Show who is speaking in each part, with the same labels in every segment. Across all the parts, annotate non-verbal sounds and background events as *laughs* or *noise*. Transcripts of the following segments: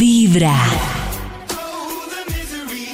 Speaker 1: Vibra.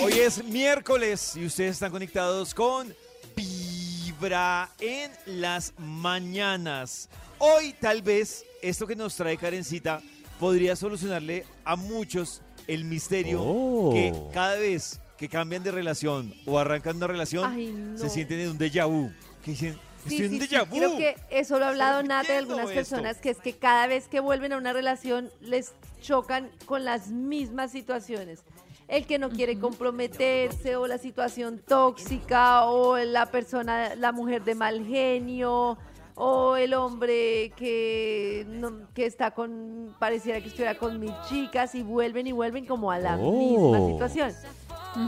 Speaker 2: Hoy es miércoles y ustedes están conectados con Vibra en las mañanas. Hoy tal vez esto que nos trae Karencita podría solucionarle a muchos el misterio
Speaker 3: Oh.
Speaker 2: que cada vez que cambian de relación o arrancan una relación
Speaker 4: Ay, no.
Speaker 2: se sienten en un déjà vu. Que dicen,
Speaker 4: Sí,
Speaker 2: estoy en
Speaker 4: sí,
Speaker 2: un
Speaker 4: sí,
Speaker 2: déjà vu.
Speaker 4: Creo que eso lo ha hablado
Speaker 2: Estoy
Speaker 4: Nata de
Speaker 2: viviendo
Speaker 4: algunas
Speaker 2: esto.
Speaker 4: personas, que es que cada vez que vuelven a una relación les chocan con las mismas situaciones. El que no quiere comprometerse o la situación tóxica o la persona, la mujer de mal genio o el hombre que, no- que está con, pareciera que estuviera con mis chicas y vuelven y vuelven como a la
Speaker 3: Oh.
Speaker 4: misma situación.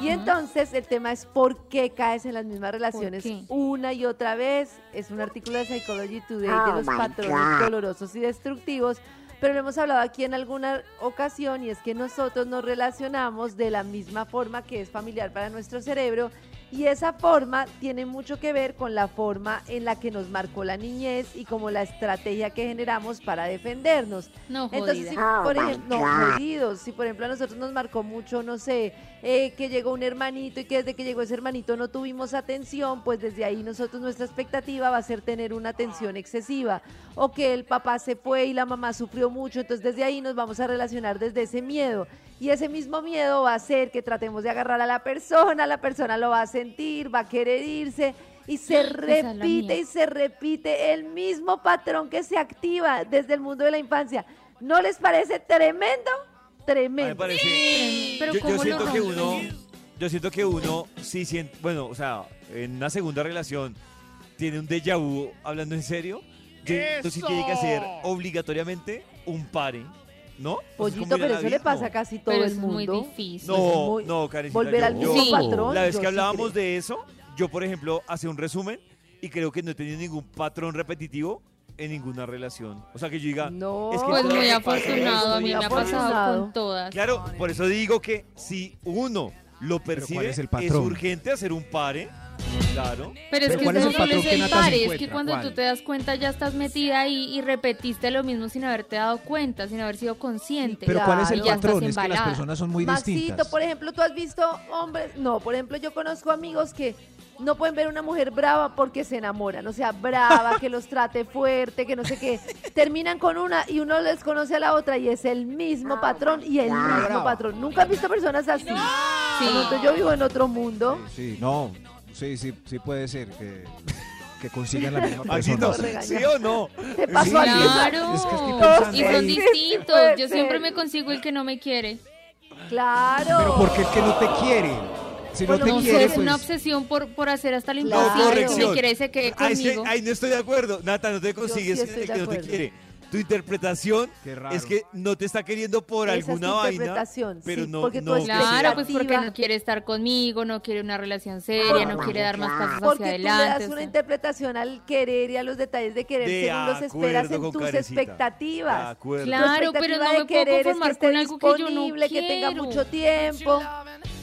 Speaker 4: Y entonces el tema es por qué caes en las mismas relaciones
Speaker 5: qué?
Speaker 4: una y otra vez. Es un artículo de Psychology Today de
Speaker 6: Oh
Speaker 4: los
Speaker 6: my
Speaker 4: patrones
Speaker 6: God.
Speaker 4: dolorosos y destructivos. Pero lo hemos hablado aquí en alguna ocasión y es que nosotros nos relacionamos de la misma forma que es familiar para nuestro cerebro y esa forma tiene mucho que ver con la forma en la que nos marcó la niñez y como la estrategia que generamos para
Speaker 5: *laughs*
Speaker 4: defendernos.
Speaker 5: No, jodida.
Speaker 4: Entonces, si,
Speaker 6: Oh,
Speaker 4: por
Speaker 6: my
Speaker 4: ejemplo,
Speaker 6: God.
Speaker 4: no, jodidos. Si, por ejemplo, a nosotros nos marcó mucho, no sé, eh, que llegó un hermanito y que desde que llegó ese hermanito no tuvimos atención, pues desde ahí nosotros nuestra expectativa va a ser tener una atención excesiva. O que el papá se fue y la mamá sufrió mucho, entonces desde ahí nos vamos a relacionar desde ese miedo. Y ese mismo miedo va a hacer que tratemos de agarrar a la persona, la persona lo va a sentir, va a querer irse. Y se
Speaker 5: Esa es la mía.
Speaker 4: repite y se repite el mismo patrón que se activa desde el mundo de la infancia. ¿No les parece tremendo?
Speaker 2: A mí me
Speaker 4: Tremendo.
Speaker 2: parece-
Speaker 5: Pero
Speaker 2: yo, yo
Speaker 5: ¿cómo lo Pues
Speaker 2: siento que uno,
Speaker 5: rompes?
Speaker 2: yo siento que uno sí siente, bueno, o sea, en una segunda relación tiene un déjà vu hablando en serio. Yo- Entonces sí tiene que hacer obligatoriamente un pare, ¿no? Pues
Speaker 4: Pollito, Pues pero eso le pasa a
Speaker 2: acá.
Speaker 4: casi todo
Speaker 5: Pero
Speaker 4: el
Speaker 5: es muy
Speaker 4: mundo.
Speaker 5: difícil.
Speaker 2: No,
Speaker 4: muy-
Speaker 2: no, Karencita,
Speaker 4: Volver
Speaker 2: yo-
Speaker 4: al mismo
Speaker 5: Sí.
Speaker 4: patrón.
Speaker 2: La vez
Speaker 4: yo
Speaker 2: que
Speaker 4: sí
Speaker 2: hablábamos
Speaker 4: creo.
Speaker 2: de eso, yo por ejemplo hacía un resumen y creo que no he tenido ningún patrón repetitivo en ninguna relación. O sea que yo diga,
Speaker 4: No,
Speaker 2: es que
Speaker 5: Pues
Speaker 2: todo
Speaker 5: muy
Speaker 2: me pasa
Speaker 5: afortunado,
Speaker 2: esto
Speaker 5: a mí me
Speaker 2: y
Speaker 5: ha
Speaker 2: esto.
Speaker 5: pasado
Speaker 4: Afortunado.
Speaker 5: con todas.
Speaker 2: Claro, por eso digo que si uno lo percibe,
Speaker 7: es
Speaker 2: es,
Speaker 7: el patrón?
Speaker 2: urgente hacer un pare. Claro.
Speaker 5: Pero es
Speaker 7: Pero
Speaker 5: que
Speaker 7: ¿cuál
Speaker 5: no
Speaker 7: es el
Speaker 5: solo
Speaker 7: patrón
Speaker 5: es
Speaker 7: que
Speaker 5: el
Speaker 7: Nata se
Speaker 5: par, es que
Speaker 7: encuentra?
Speaker 5: cuando
Speaker 7: ¿Cuál?
Speaker 5: tú te das cuenta ya estás metida ahí y repetiste lo mismo sin haberte dado cuenta, sin haber sido consciente.
Speaker 7: Pero ¿cuál es el
Speaker 5: Y ya estás
Speaker 7: patrón? Es que las
Speaker 5: embalada.
Speaker 7: personas son muy distintas.
Speaker 4: Maxito, por ejemplo, tú has visto hombres. No, por ejemplo, yo conozco amigos que no pueden ver una mujer brava porque se enamoran. O sea, brava, que los trate fuerte, que no sé qué. Terminan con una y uno les conoce a la otra y es el mismo patrón y el
Speaker 6: Ah,
Speaker 4: mismo
Speaker 7: brava.
Speaker 4: patrón. Nunca has visto personas así. Como tú, Yo vivo en otro mundo.
Speaker 7: Sí, no, sí, sí, sí puede ser que, que consigan la misma
Speaker 2: Maxito,
Speaker 7: persona.
Speaker 4: no, regaña.
Speaker 2: ¿sí o no?
Speaker 4: Te pasó a ti.
Speaker 5: Claro,
Speaker 7: Es que estoy pensando
Speaker 5: y
Speaker 4: ahí.
Speaker 5: son distintos.
Speaker 4: Puede
Speaker 5: Yo
Speaker 4: ser.
Speaker 5: siempre me consigo el que no me quiere.
Speaker 4: Claro.
Speaker 7: Pero porque el que no te quiere, si no
Speaker 4: Bueno,
Speaker 7: te
Speaker 5: No sé,
Speaker 7: quiere,
Speaker 5: es
Speaker 7: pues...
Speaker 5: una obsesión por, por hacer hasta lo
Speaker 4: Claro.
Speaker 2: No,
Speaker 5: imposible. Si
Speaker 2: corrección.
Speaker 5: me quiere, se quede
Speaker 2: Ah, es que
Speaker 5: conmigo.
Speaker 2: ahí no estoy de acuerdo. Nata, no te consigues
Speaker 4: estoy
Speaker 2: el
Speaker 4: de
Speaker 2: que no te
Speaker 4: acuerdo.
Speaker 2: quiere. Tu interpretación
Speaker 7: Qué raro.
Speaker 2: es que no te está queriendo por
Speaker 4: Esa es tu
Speaker 2: alguna vaina.
Speaker 4: interpretación,
Speaker 2: pero
Speaker 4: sí,
Speaker 2: no-
Speaker 4: porque tú
Speaker 2: no, que
Speaker 4: estás
Speaker 2: sea-
Speaker 5: Claro, pues porque
Speaker 4: creativa.
Speaker 5: no quiere estar conmigo, no quiere una relación seria, no quiere dar más pasos
Speaker 4: Porque
Speaker 5: hacia
Speaker 4: tú le das
Speaker 5: adelante.
Speaker 4: una
Speaker 5: o sea.
Speaker 4: interpretación al querer y a los detalles de querer
Speaker 2: De
Speaker 4: según los
Speaker 2: acuerdo
Speaker 4: esperas en
Speaker 2: con
Speaker 4: tus
Speaker 2: Karencita.
Speaker 4: expectativas.
Speaker 2: De acuerdo.
Speaker 4: Tu
Speaker 5: Claro, pero
Speaker 4: expectativa de
Speaker 5: no me puedo
Speaker 4: querer es
Speaker 5: conformar
Speaker 4: esté
Speaker 5: con algo que yo no
Speaker 4: disponible, que tenga
Speaker 5: quiero.
Speaker 4: mucho tiempo.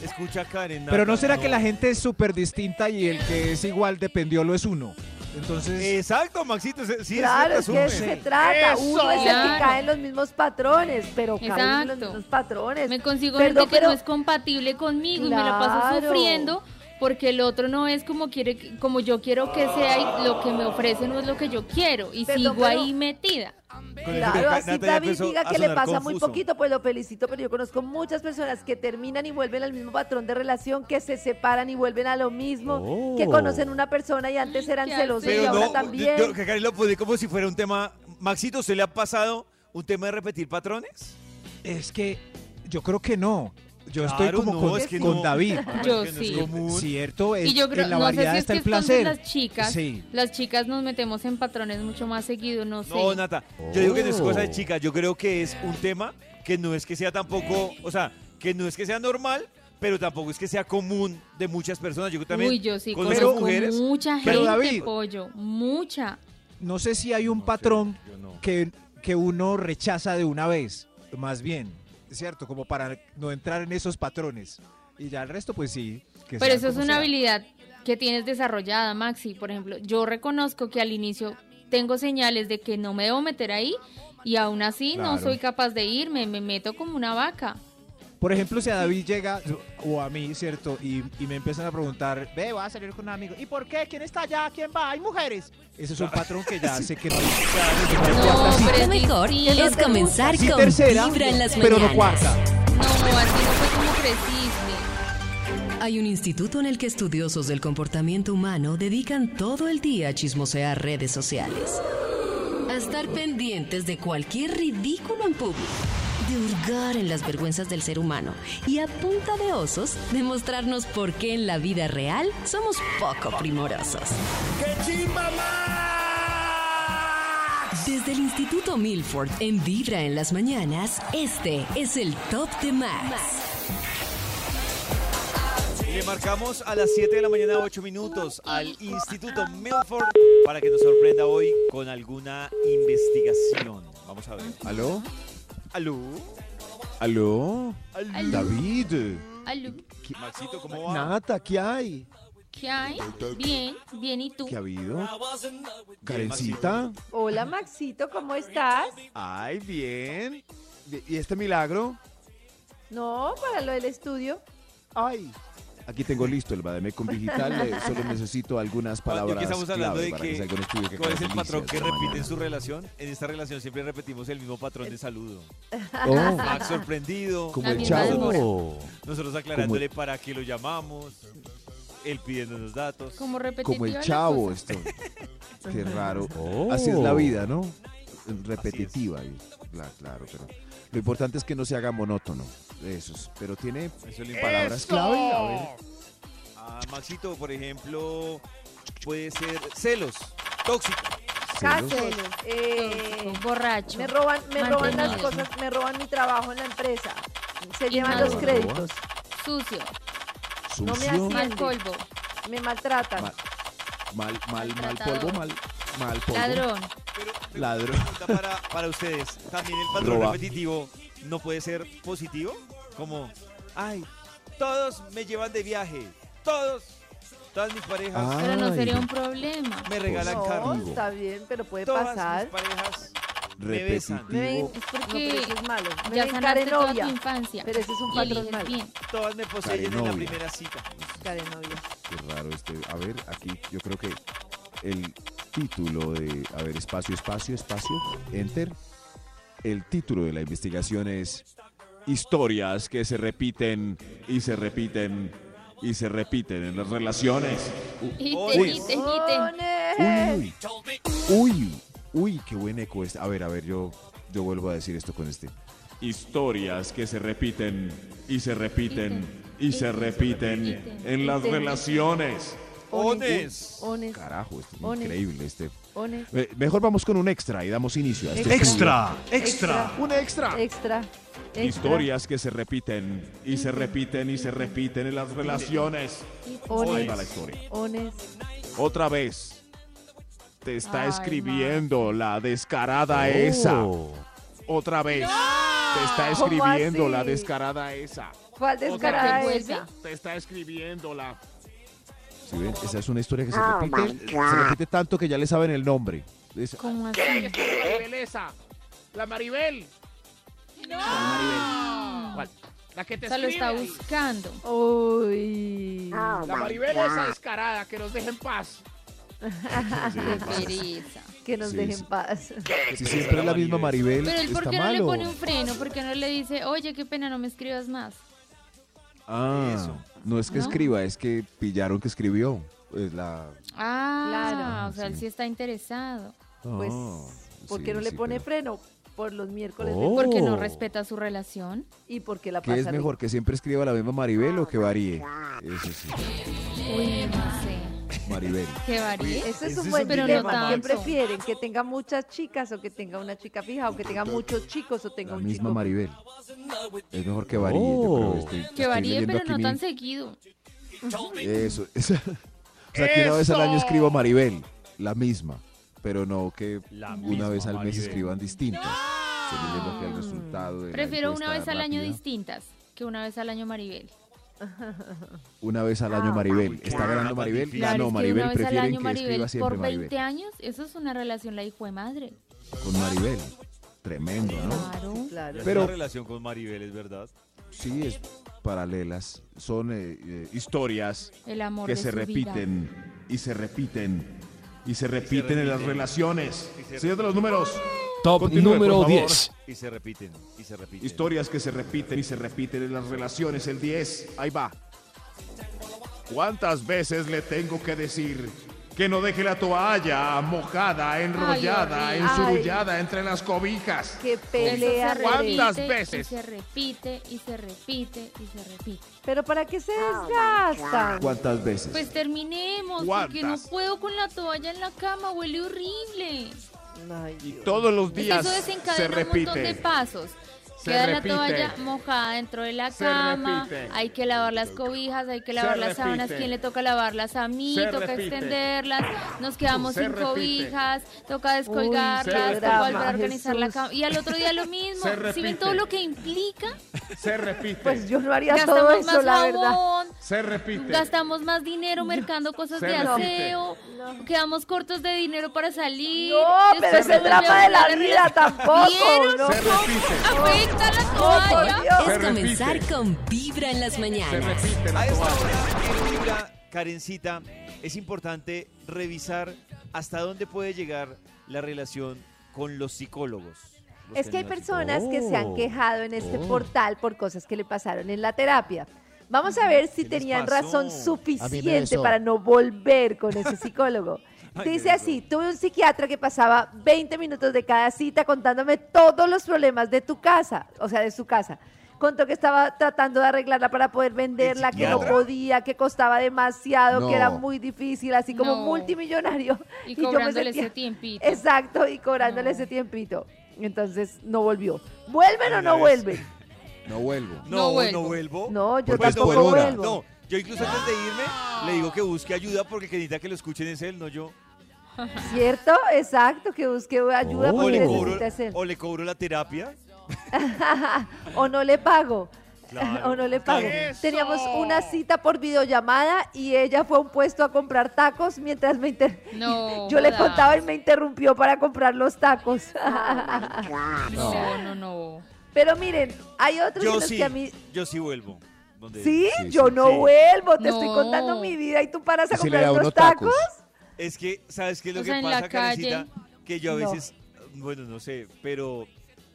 Speaker 2: Escucha, Karen. Nata,
Speaker 7: Pero no será que la gente es súper distinta y el que es igual dependiolo es uno. Entonces,
Speaker 2: Exacto, Maxito. se- Sí, es
Speaker 4: claro, es que
Speaker 2: cierto,
Speaker 4: de eso
Speaker 2: asume.
Speaker 4: se trata. Uno es el que
Speaker 5: Claro.
Speaker 4: cae en los mismos patrones, pero cae en los
Speaker 5: Exacto.
Speaker 4: mismos patrones.
Speaker 5: Me consigo
Speaker 4: Perdón,
Speaker 5: gente que
Speaker 4: pero-
Speaker 5: no es compatible conmigo y me la paso
Speaker 4: Claro.
Speaker 5: sufriendo porque el otro no es como quiere, que- como yo quiero que sea y lo que me ofrece no es lo que yo quiero y
Speaker 4: Perdón,
Speaker 5: sigo
Speaker 4: pero-
Speaker 5: ahí metida.
Speaker 2: Con el
Speaker 4: Claro,
Speaker 2: ejemplo de
Speaker 4: así
Speaker 2: Nata ya
Speaker 4: David
Speaker 2: empezó
Speaker 4: diga
Speaker 2: a
Speaker 4: que le
Speaker 2: sonar
Speaker 4: pasa muy
Speaker 2: confuso.
Speaker 4: poquito, pues lo felicito, pero yo conozco muchas personas que terminan y vuelven al mismo patrón de relación, que se separan y vuelven a lo mismo,
Speaker 3: Oh.
Speaker 4: que conocen una persona y antes eran
Speaker 5: Qué
Speaker 4: celosos y
Speaker 5: asco.
Speaker 2: Pero
Speaker 4: ahora
Speaker 2: no,
Speaker 4: también.
Speaker 2: yo- yo- que Karen lo pone como si fuera un tema. Maxito, ¿se le ha pasado un tema de repetir patrones?
Speaker 7: es que yo creo que no. Yo estoy
Speaker 2: Claro,
Speaker 7: como
Speaker 2: no,
Speaker 7: con,
Speaker 2: es que
Speaker 7: con
Speaker 2: no.
Speaker 7: David.
Speaker 5: Yo
Speaker 2: Es que no es
Speaker 5: sí.
Speaker 2: común.
Speaker 7: Cierto, es,
Speaker 5: y yo creo,
Speaker 7: en la
Speaker 5: no sé si
Speaker 7: variedad
Speaker 5: es
Speaker 7: está
Speaker 5: que
Speaker 7: el
Speaker 5: entonces
Speaker 7: placer.
Speaker 5: las chicas,
Speaker 7: Sí.
Speaker 5: las chicas nos metemos en patrones mucho más seguido, no sé.
Speaker 2: No, Nata. Yo digo que no es cosa de
Speaker 3: Oh.
Speaker 2: chica. Yo creo que es un tema que no es que sea tampoco, o sea, que no es que sea normal, pero tampoco es que sea común de muchas personas. Yo también
Speaker 5: Uy, yo sí
Speaker 2: con
Speaker 5: conozco
Speaker 2: mujeres.
Speaker 5: mucha gente,
Speaker 7: Pero David-
Speaker 5: pollo, mucha.
Speaker 7: No sé si hay un patrón que, que uno rechaza de una vez, más bien, ¿cierto? Como para no entrar en esos patrones. Y ya el resto, pues sí. que
Speaker 5: Pero
Speaker 7: sea
Speaker 5: eso es
Speaker 7: como
Speaker 5: una
Speaker 7: sea.
Speaker 5: habilidad que tienes desarrollada, Maxi. Por ejemplo, yo reconozco que al inicio tengo señales de que no me debo meter ahí y aún así no
Speaker 7: Claro.
Speaker 5: soy capaz de irme, me meto como una vaca.
Speaker 7: Por ejemplo, si a David llega, o a mí, ¿cierto? Y, y me empiezan a preguntar, ve, voy a salir con un amigo. ¿Y por qué? ¿Quién está allá? ¿Quién va? ¿Hay mujeres? Ese es un patrón que
Speaker 5: *laughs*
Speaker 7: ya sé que no hay.
Speaker 5: No, pero
Speaker 1: Lo
Speaker 5: es
Speaker 1: mejor
Speaker 5: distinto.
Speaker 1: es comenzar
Speaker 7: Sí,
Speaker 1: con
Speaker 7: tercera,
Speaker 1: Vibra en las
Speaker 7: pero no
Speaker 1: mañanas.
Speaker 7: cuarta.
Speaker 5: No, así no fue como creciste.
Speaker 1: Hay un instituto en el que estudiosos del comportamiento humano dedican todo el día a chismosear redes sociales. A estar pendientes de cualquier ridículo en público. De hurgar en las vergüenzas del ser humano. Y a punta de osos, demostrarnos por qué en la vida real somos poco primorosos. Desde el Instituto Milford, en Vibra en las Mañanas, este es el Top de Max.
Speaker 2: Le Eh, marcamos a las 7 de la mañana 8 minutos al Instituto Milford para que nos sorprenda hoy con alguna investigación. Vamos a ver.
Speaker 3: ¿Aló?
Speaker 2: Aló.
Speaker 3: ¿Aló?
Speaker 5: Aló.
Speaker 3: David.
Speaker 5: Aló,
Speaker 2: Maxito, ¿cómo va?
Speaker 7: Nata, ¿qué hay?
Speaker 5: ¿qué hay? Bien, bien, ¿y tú?
Speaker 3: ¿Qué ha habido? ¿Karencita?
Speaker 4: Hola Maxito, ¿cómo estás?
Speaker 3: Ay, bien. ¿Y este milagro?
Speaker 4: No, para lo del estudio.
Speaker 3: Ay. Aquí tengo listo el Bademecum digital. eh, Solo necesito algunas
Speaker 2: Yo
Speaker 3: palabras
Speaker 2: que estamos hablando
Speaker 3: clave
Speaker 2: de
Speaker 3: para
Speaker 2: que,
Speaker 3: salga un estudio que
Speaker 2: cuál es el
Speaker 3: caracterice
Speaker 2: patrón
Speaker 3: esta
Speaker 2: que repite en
Speaker 3: mañana.
Speaker 2: su relación. En esta relación siempre repetimos el mismo patrón de saludo.
Speaker 3: Oh,
Speaker 5: Ah,
Speaker 2: Max sorprendido.
Speaker 3: como
Speaker 5: La
Speaker 3: el
Speaker 5: misma
Speaker 3: chavo.
Speaker 2: Nosotros aclarándole para qué lo llamamos. Él pidiéndonos datos.
Speaker 5: Como repetitivo.
Speaker 3: Como el
Speaker 5: la
Speaker 3: chavo
Speaker 5: cosa.
Speaker 3: esto.
Speaker 5: *laughs*
Speaker 3: Qué raro.
Speaker 2: Oh.
Speaker 3: Así es la
Speaker 4: Oh.
Speaker 3: vida, ¿no? Repetitiva. y- cla- claro, pero lo importante es que no se haga monótono. Eso es. Pero tiene
Speaker 2: Eso es lo
Speaker 3: palabras
Speaker 2: importante.
Speaker 3: clave. A ver.
Speaker 2: Ah, Maxito, por ejemplo, puede ser celos, tóxico.
Speaker 3: celos.
Speaker 4: Cárcel. Eh,
Speaker 5: Borracho.
Speaker 4: me roban, me roban las
Speaker 5: Mantenido.
Speaker 4: cosas, me roban mi trabajo en la empresa. Se
Speaker 5: Y
Speaker 4: llevan
Speaker 5: nada.
Speaker 4: los créditos,
Speaker 5: Sucio.
Speaker 4: No me
Speaker 3: Sucio.
Speaker 4: hacía-
Speaker 5: Mal polvo.
Speaker 4: me maltratan.
Speaker 3: Mal, mal, mal, mal
Speaker 5: Maltratador.
Speaker 3: polvo, mal, mal polvo.
Speaker 5: Ladrón.
Speaker 2: Pero tengo
Speaker 3: Ladrón.
Speaker 2: una pregunta Para, para ustedes, también el patrón
Speaker 3: Roba.
Speaker 2: repetitivo no puede ser positivo. Como, ay, todos me llevan de viaje, todos, todas mis parejas
Speaker 3: Ah,
Speaker 5: Pero no
Speaker 3: Ay.
Speaker 5: sería un problema.
Speaker 2: me regalan
Speaker 4: pues, No,
Speaker 2: carne,
Speaker 4: está bien, pero puede
Speaker 2: todas
Speaker 4: pasar.
Speaker 2: mis parejas me besan,
Speaker 3: Repetitivo.
Speaker 4: Me-
Speaker 5: Es
Speaker 4: No, pero
Speaker 5: porque
Speaker 4: eso es malo. Me
Speaker 5: ya
Speaker 4: ven
Speaker 5: sanaste toda tu
Speaker 4: carenovia.
Speaker 5: infancia.
Speaker 4: Pero ese es un
Speaker 5: y
Speaker 4: patrón
Speaker 5: eliges
Speaker 4: malo.
Speaker 5: bien.
Speaker 2: todas me poseen en la
Speaker 3: Carenovia.
Speaker 2: primera cita.
Speaker 4: Carenovia.
Speaker 3: Qué raro este. A ver, aquí yo creo que el título de. A ver, espacio, espacio, espacio. Enter. El título de la investigación es Historias que se repiten y se repiten y se repiten en las relaciones.
Speaker 5: Y te
Speaker 2: Uy.
Speaker 5: quiten, quiten.
Speaker 3: Uy, uy, uy, uy, qué buen eco este. A ver, a ver, yo, yo vuelvo a decir esto con este. Historias que se repiten y se repiten y se repiten en las relaciones.
Speaker 2: Ones.
Speaker 4: Ones.
Speaker 3: Carajo, esto es
Speaker 4: Ones.
Speaker 3: increíble este.
Speaker 4: Ones.
Speaker 3: Eh, Mejor vamos con un extra y damos inicio a este
Speaker 4: Extra.
Speaker 6: extra.
Speaker 3: estudio. Un extra.
Speaker 4: Extra. extra.
Speaker 3: Historias que se repiten y se repiten y se repiten en las relaciones. Ahí va la
Speaker 4: Ones.
Speaker 3: historia.
Speaker 4: Ones.
Speaker 3: Otra vez. Te está
Speaker 5: Ay,
Speaker 3: escribiendo la descarada esa. Otra vez. Te está
Speaker 4: Oh. ¿Cómo
Speaker 3: escribiendo
Speaker 4: así?
Speaker 3: la descarada esa.
Speaker 4: ¿Cuál descarada
Speaker 5: ¿te
Speaker 4: esa?
Speaker 5: vuelve?
Speaker 3: Te está escribiendo la. ¿Sí ven? Esa es una historia que se
Speaker 4: Ah,
Speaker 8: Oh
Speaker 3: repite. Se repite tanto que ya le saben el nombre. Es-
Speaker 5: ¿Cómo así?
Speaker 6: La Maribel. No. La que te
Speaker 5: O sea, lo está
Speaker 6: escribe.
Speaker 5: buscando.
Speaker 4: Uy.
Speaker 6: La Maribel esa descarada, que nos dejen paz.
Speaker 3: Sí,
Speaker 5: Qué
Speaker 3: pasa.
Speaker 5: pereza.
Speaker 4: Que nos
Speaker 3: Sí,
Speaker 4: dejen
Speaker 3: sí.
Speaker 4: paz. *laughs*
Speaker 3: Si siempre es la misma Maribel,
Speaker 5: Pero él, ¿por
Speaker 3: está
Speaker 5: qué no le
Speaker 3: malo.
Speaker 5: pone un freno? ¿Por qué no le dice, oye, qué pena, no me escribas más?
Speaker 3: Ah, no es que
Speaker 5: ¿No?
Speaker 3: escriba, es que pillaron que escribió. Pues la...
Speaker 5: Ah,
Speaker 4: Claro.
Speaker 5: o sea, él
Speaker 3: Sí.
Speaker 5: sí está interesado.
Speaker 4: Pues,
Speaker 3: Ah,
Speaker 4: ¿por qué
Speaker 3: sí,
Speaker 4: no le
Speaker 3: sí,
Speaker 4: pone
Speaker 3: pero-
Speaker 4: freno? Por los miércoles de-
Speaker 3: Oh.
Speaker 5: Porque no respeta su relación.
Speaker 4: y porque la
Speaker 3: ¿Qué
Speaker 4: pasa
Speaker 3: es
Speaker 4: rico.
Speaker 3: mejor, que siempre escriba la misma Maribel o que varíe? Eso sí,
Speaker 5: Uy, no sé.
Speaker 3: Maribel.
Speaker 5: Que varíe.
Speaker 4: Ese es
Speaker 2: Ese
Speaker 4: un
Speaker 2: es
Speaker 4: buen
Speaker 2: un
Speaker 5: Pero no
Speaker 4: dilema. ¿Quién
Speaker 5: tanto.
Speaker 4: prefieren? ¿Que tenga muchas chicas o que tenga una chica fija o que tenga muchos chicos o tenga
Speaker 3: La
Speaker 4: un
Speaker 3: misma
Speaker 4: chico?
Speaker 3: Maribel. Es mejor que varíe. yo creo, estoy-
Speaker 5: Que
Speaker 3: estoy
Speaker 5: varíe,
Speaker 3: leyendo
Speaker 5: pero
Speaker 3: aquí
Speaker 5: no
Speaker 3: mi-
Speaker 5: tan seguido.
Speaker 3: Eso. *laughs* eso. o sea, que una vez al año escribo Maribel, la misma, pero no que una vez al mes escriban distintas. Estoy leyendo aquí el resultado de la
Speaker 5: Prefiero una
Speaker 3: encuesta
Speaker 5: vez al año
Speaker 3: rápida.
Speaker 5: distintas que una vez al año Maribel.
Speaker 3: Una vez al
Speaker 5: Ah,
Speaker 3: año Maribel. ¿Está ganando Maribel?
Speaker 5: Claro,
Speaker 3: Ganó
Speaker 5: es que
Speaker 3: Maribel.
Speaker 5: una vez al
Speaker 3: Prefieren
Speaker 5: año
Speaker 3: que
Speaker 5: Maribel
Speaker 3: escriba siempre
Speaker 5: por
Speaker 3: Maribel.
Speaker 5: 20 años, eso es una relación la hijo de madre.
Speaker 3: Con Maribel. Tremendo, ¿no?
Speaker 5: Claro.
Speaker 4: Claro.
Speaker 2: Pero,
Speaker 3: Pero-
Speaker 2: relación con Maribel, es verdad.
Speaker 3: sí, es paralelas, son eh, eh, historias
Speaker 5: El amor
Speaker 3: que
Speaker 5: de
Speaker 3: se
Speaker 5: su vida.
Speaker 3: repiten y se repiten y se repiten en las relaciones.
Speaker 2: Y se
Speaker 3: Señor de los números,
Speaker 9: Top
Speaker 3: Continúe, por
Speaker 9: número
Speaker 3: favor.
Speaker 9: 10.
Speaker 2: Y se repiten, y se repiten.
Speaker 3: historias que se repiten y se repiten en las relaciones. El 10, ahí va. ¿Cuántas veces le tengo que decir que no deje la toalla mojada, enrollada,
Speaker 5: horrible.
Speaker 3: ensurullada entre las cobijas?
Speaker 4: Qué
Speaker 5: Eso se
Speaker 4: pelea.
Speaker 5: repite
Speaker 4: Juan.
Speaker 5: y
Speaker 6: ¿Cuántas veces?
Speaker 5: se repite y se repite y se repite.
Speaker 4: Pero ¿para qué se desgastan?
Speaker 3: ¿Cuántas veces?
Speaker 5: Pues terminemos, porque no
Speaker 3: ¿Cuántas?
Speaker 5: puedo con la toalla en la cama, huele horrible.
Speaker 4: Ay, Dios.
Speaker 3: Todos los
Speaker 5: Es que
Speaker 3: días
Speaker 5: Pues eso
Speaker 3: se
Speaker 5: desencadena un montón de
Speaker 3: repite.
Speaker 5: pasos.
Speaker 6: Se
Speaker 5: Queda
Speaker 6: repite.
Speaker 5: la toalla mojada dentro de la
Speaker 6: Se
Speaker 5: cama,
Speaker 6: repite.
Speaker 5: hay que lavar las cobijas, hay que lavar las sábanas,
Speaker 6: repite.
Speaker 5: ¿quién le toca lavarlas? A mí,
Speaker 6: Se
Speaker 5: toca
Speaker 6: repite.
Speaker 5: extenderlas, nos quedamos
Speaker 6: Se
Speaker 5: sin
Speaker 6: repite.
Speaker 5: cobijas, toca descolgarlas,
Speaker 6: se
Speaker 5: toca volver
Speaker 6: repite.
Speaker 5: a organizar la
Speaker 4: Jesús.
Speaker 5: cama. Y al otro
Speaker 6: *laughs*
Speaker 5: día lo mismo,
Speaker 6: Se
Speaker 5: si ven
Speaker 6: repite.
Speaker 5: todo lo que implica,
Speaker 6: Se repite.
Speaker 4: Pues yo no haría todo
Speaker 5: gastamos
Speaker 4: eso,
Speaker 5: más
Speaker 4: la verdad.
Speaker 5: jabón,
Speaker 6: se repite.
Speaker 5: gastamos más
Speaker 6: *laughs*
Speaker 5: dinero mercando cosas
Speaker 6: Se
Speaker 5: de
Speaker 6: repite.
Speaker 5: aseo, quedamos cortos de dinero para salir.
Speaker 4: No, pero
Speaker 5: después
Speaker 4: ese es el
Speaker 5: volvemos
Speaker 4: drama de la
Speaker 5: a
Speaker 4: vida tampoco.
Speaker 5: ¿Vieron
Speaker 4: ¿no?
Speaker 6: se repite.
Speaker 5: Afecta la
Speaker 4: por
Speaker 5: toalla.
Speaker 4: Dios.
Speaker 1: Es
Speaker 6: Se
Speaker 1: comenzar
Speaker 6: repite.
Speaker 1: con Vibra en las
Speaker 6: Se
Speaker 1: mañanas.
Speaker 6: repite la
Speaker 2: A esta
Speaker 6: toalla.
Speaker 2: hora, en Vibra, Karencita, es importante revisar hasta dónde puede llegar la relación con los psicólogos. Los
Speaker 4: Es que hay
Speaker 2: tenemos-
Speaker 4: personas que se han
Speaker 9: Oh,
Speaker 4: quejado en este
Speaker 9: oh.
Speaker 4: portal por cosas que le pasaron en la terapia. Vamos a ver si
Speaker 2: ¿Qué les
Speaker 4: tenían
Speaker 2: pasó?
Speaker 4: razón suficiente
Speaker 9: besó.
Speaker 4: para no volver con
Speaker 2: *laughs*
Speaker 4: ese psicólogo.
Speaker 2: Ay,
Speaker 4: Dice
Speaker 2: qué
Speaker 4: así, tuve un psiquiatra que pasaba 20 minutos de cada cita contándome todos los problemas de tu casa, o sea, de su casa. Contó que estaba tratando de arreglarla para poder venderla, que no
Speaker 2: psiquiatra?
Speaker 4: podía, que costaba demasiado, que era
Speaker 3: No.
Speaker 4: muy difícil, así como
Speaker 5: No.
Speaker 4: multimillonario. *laughs*
Speaker 5: Y
Speaker 4: yo me
Speaker 5: cobrándole
Speaker 4: sentía-
Speaker 5: ese
Speaker 4: *laughs*
Speaker 5: tiempito.
Speaker 4: Exacto, y cobrándole
Speaker 5: No.
Speaker 4: ese tiempito. Entonces no volvió. ¿Vuelven o no
Speaker 2: Andrés.
Speaker 4: vuelven? Pues,
Speaker 3: No vuelvo.
Speaker 2: No,
Speaker 5: No
Speaker 2: no
Speaker 5: vuelvo.
Speaker 2: vuelvo.
Speaker 4: No, yo
Speaker 2: Pues
Speaker 4: tampoco
Speaker 3: por hora.
Speaker 4: vuelvo.
Speaker 2: No, yo incluso antes de irme le digo que busque ayuda porque el que necesita que lo escuchen es él, no yo.
Speaker 4: ¿Cierto? Exacto, que busque ayuda
Speaker 9: Oh.
Speaker 2: O
Speaker 4: porque
Speaker 2: le,
Speaker 4: necesita
Speaker 2: cobro,
Speaker 4: hacer.
Speaker 2: o le cobro la terapia.
Speaker 4: o no le pago.
Speaker 2: Claro.
Speaker 4: *laughs* o no le pago.
Speaker 6: Eso.
Speaker 4: Teníamos una cita por videollamada y ella fue a un puesto a comprar tacos mientras me inter-
Speaker 5: No,
Speaker 4: yo le
Speaker 5: jodas.
Speaker 4: contaba y me interrumpió para comprar los
Speaker 5: *laughs*
Speaker 4: tacos.
Speaker 5: No, no, no.
Speaker 4: Pero miren, hay otros en
Speaker 2: Yo
Speaker 4: los
Speaker 2: sí,
Speaker 4: que a mí
Speaker 2: yo sí vuelvo. Donde-
Speaker 4: ¿Sí?
Speaker 3: Sí,
Speaker 4: yo
Speaker 3: sí,
Speaker 4: no
Speaker 2: sí.
Speaker 4: vuelvo, te estoy
Speaker 5: No.
Speaker 4: contando mi vida y tú paras a
Speaker 3: Y se le
Speaker 4: comprar
Speaker 3: da
Speaker 4: unos
Speaker 3: uno
Speaker 4: tacos.
Speaker 3: tacos.
Speaker 2: Es que, ¿sabes qué es lo
Speaker 5: O
Speaker 2: que
Speaker 5: sea, en la
Speaker 2: pasa, Karencita? Que yo a
Speaker 4: No.
Speaker 2: veces, bueno, no sé, pero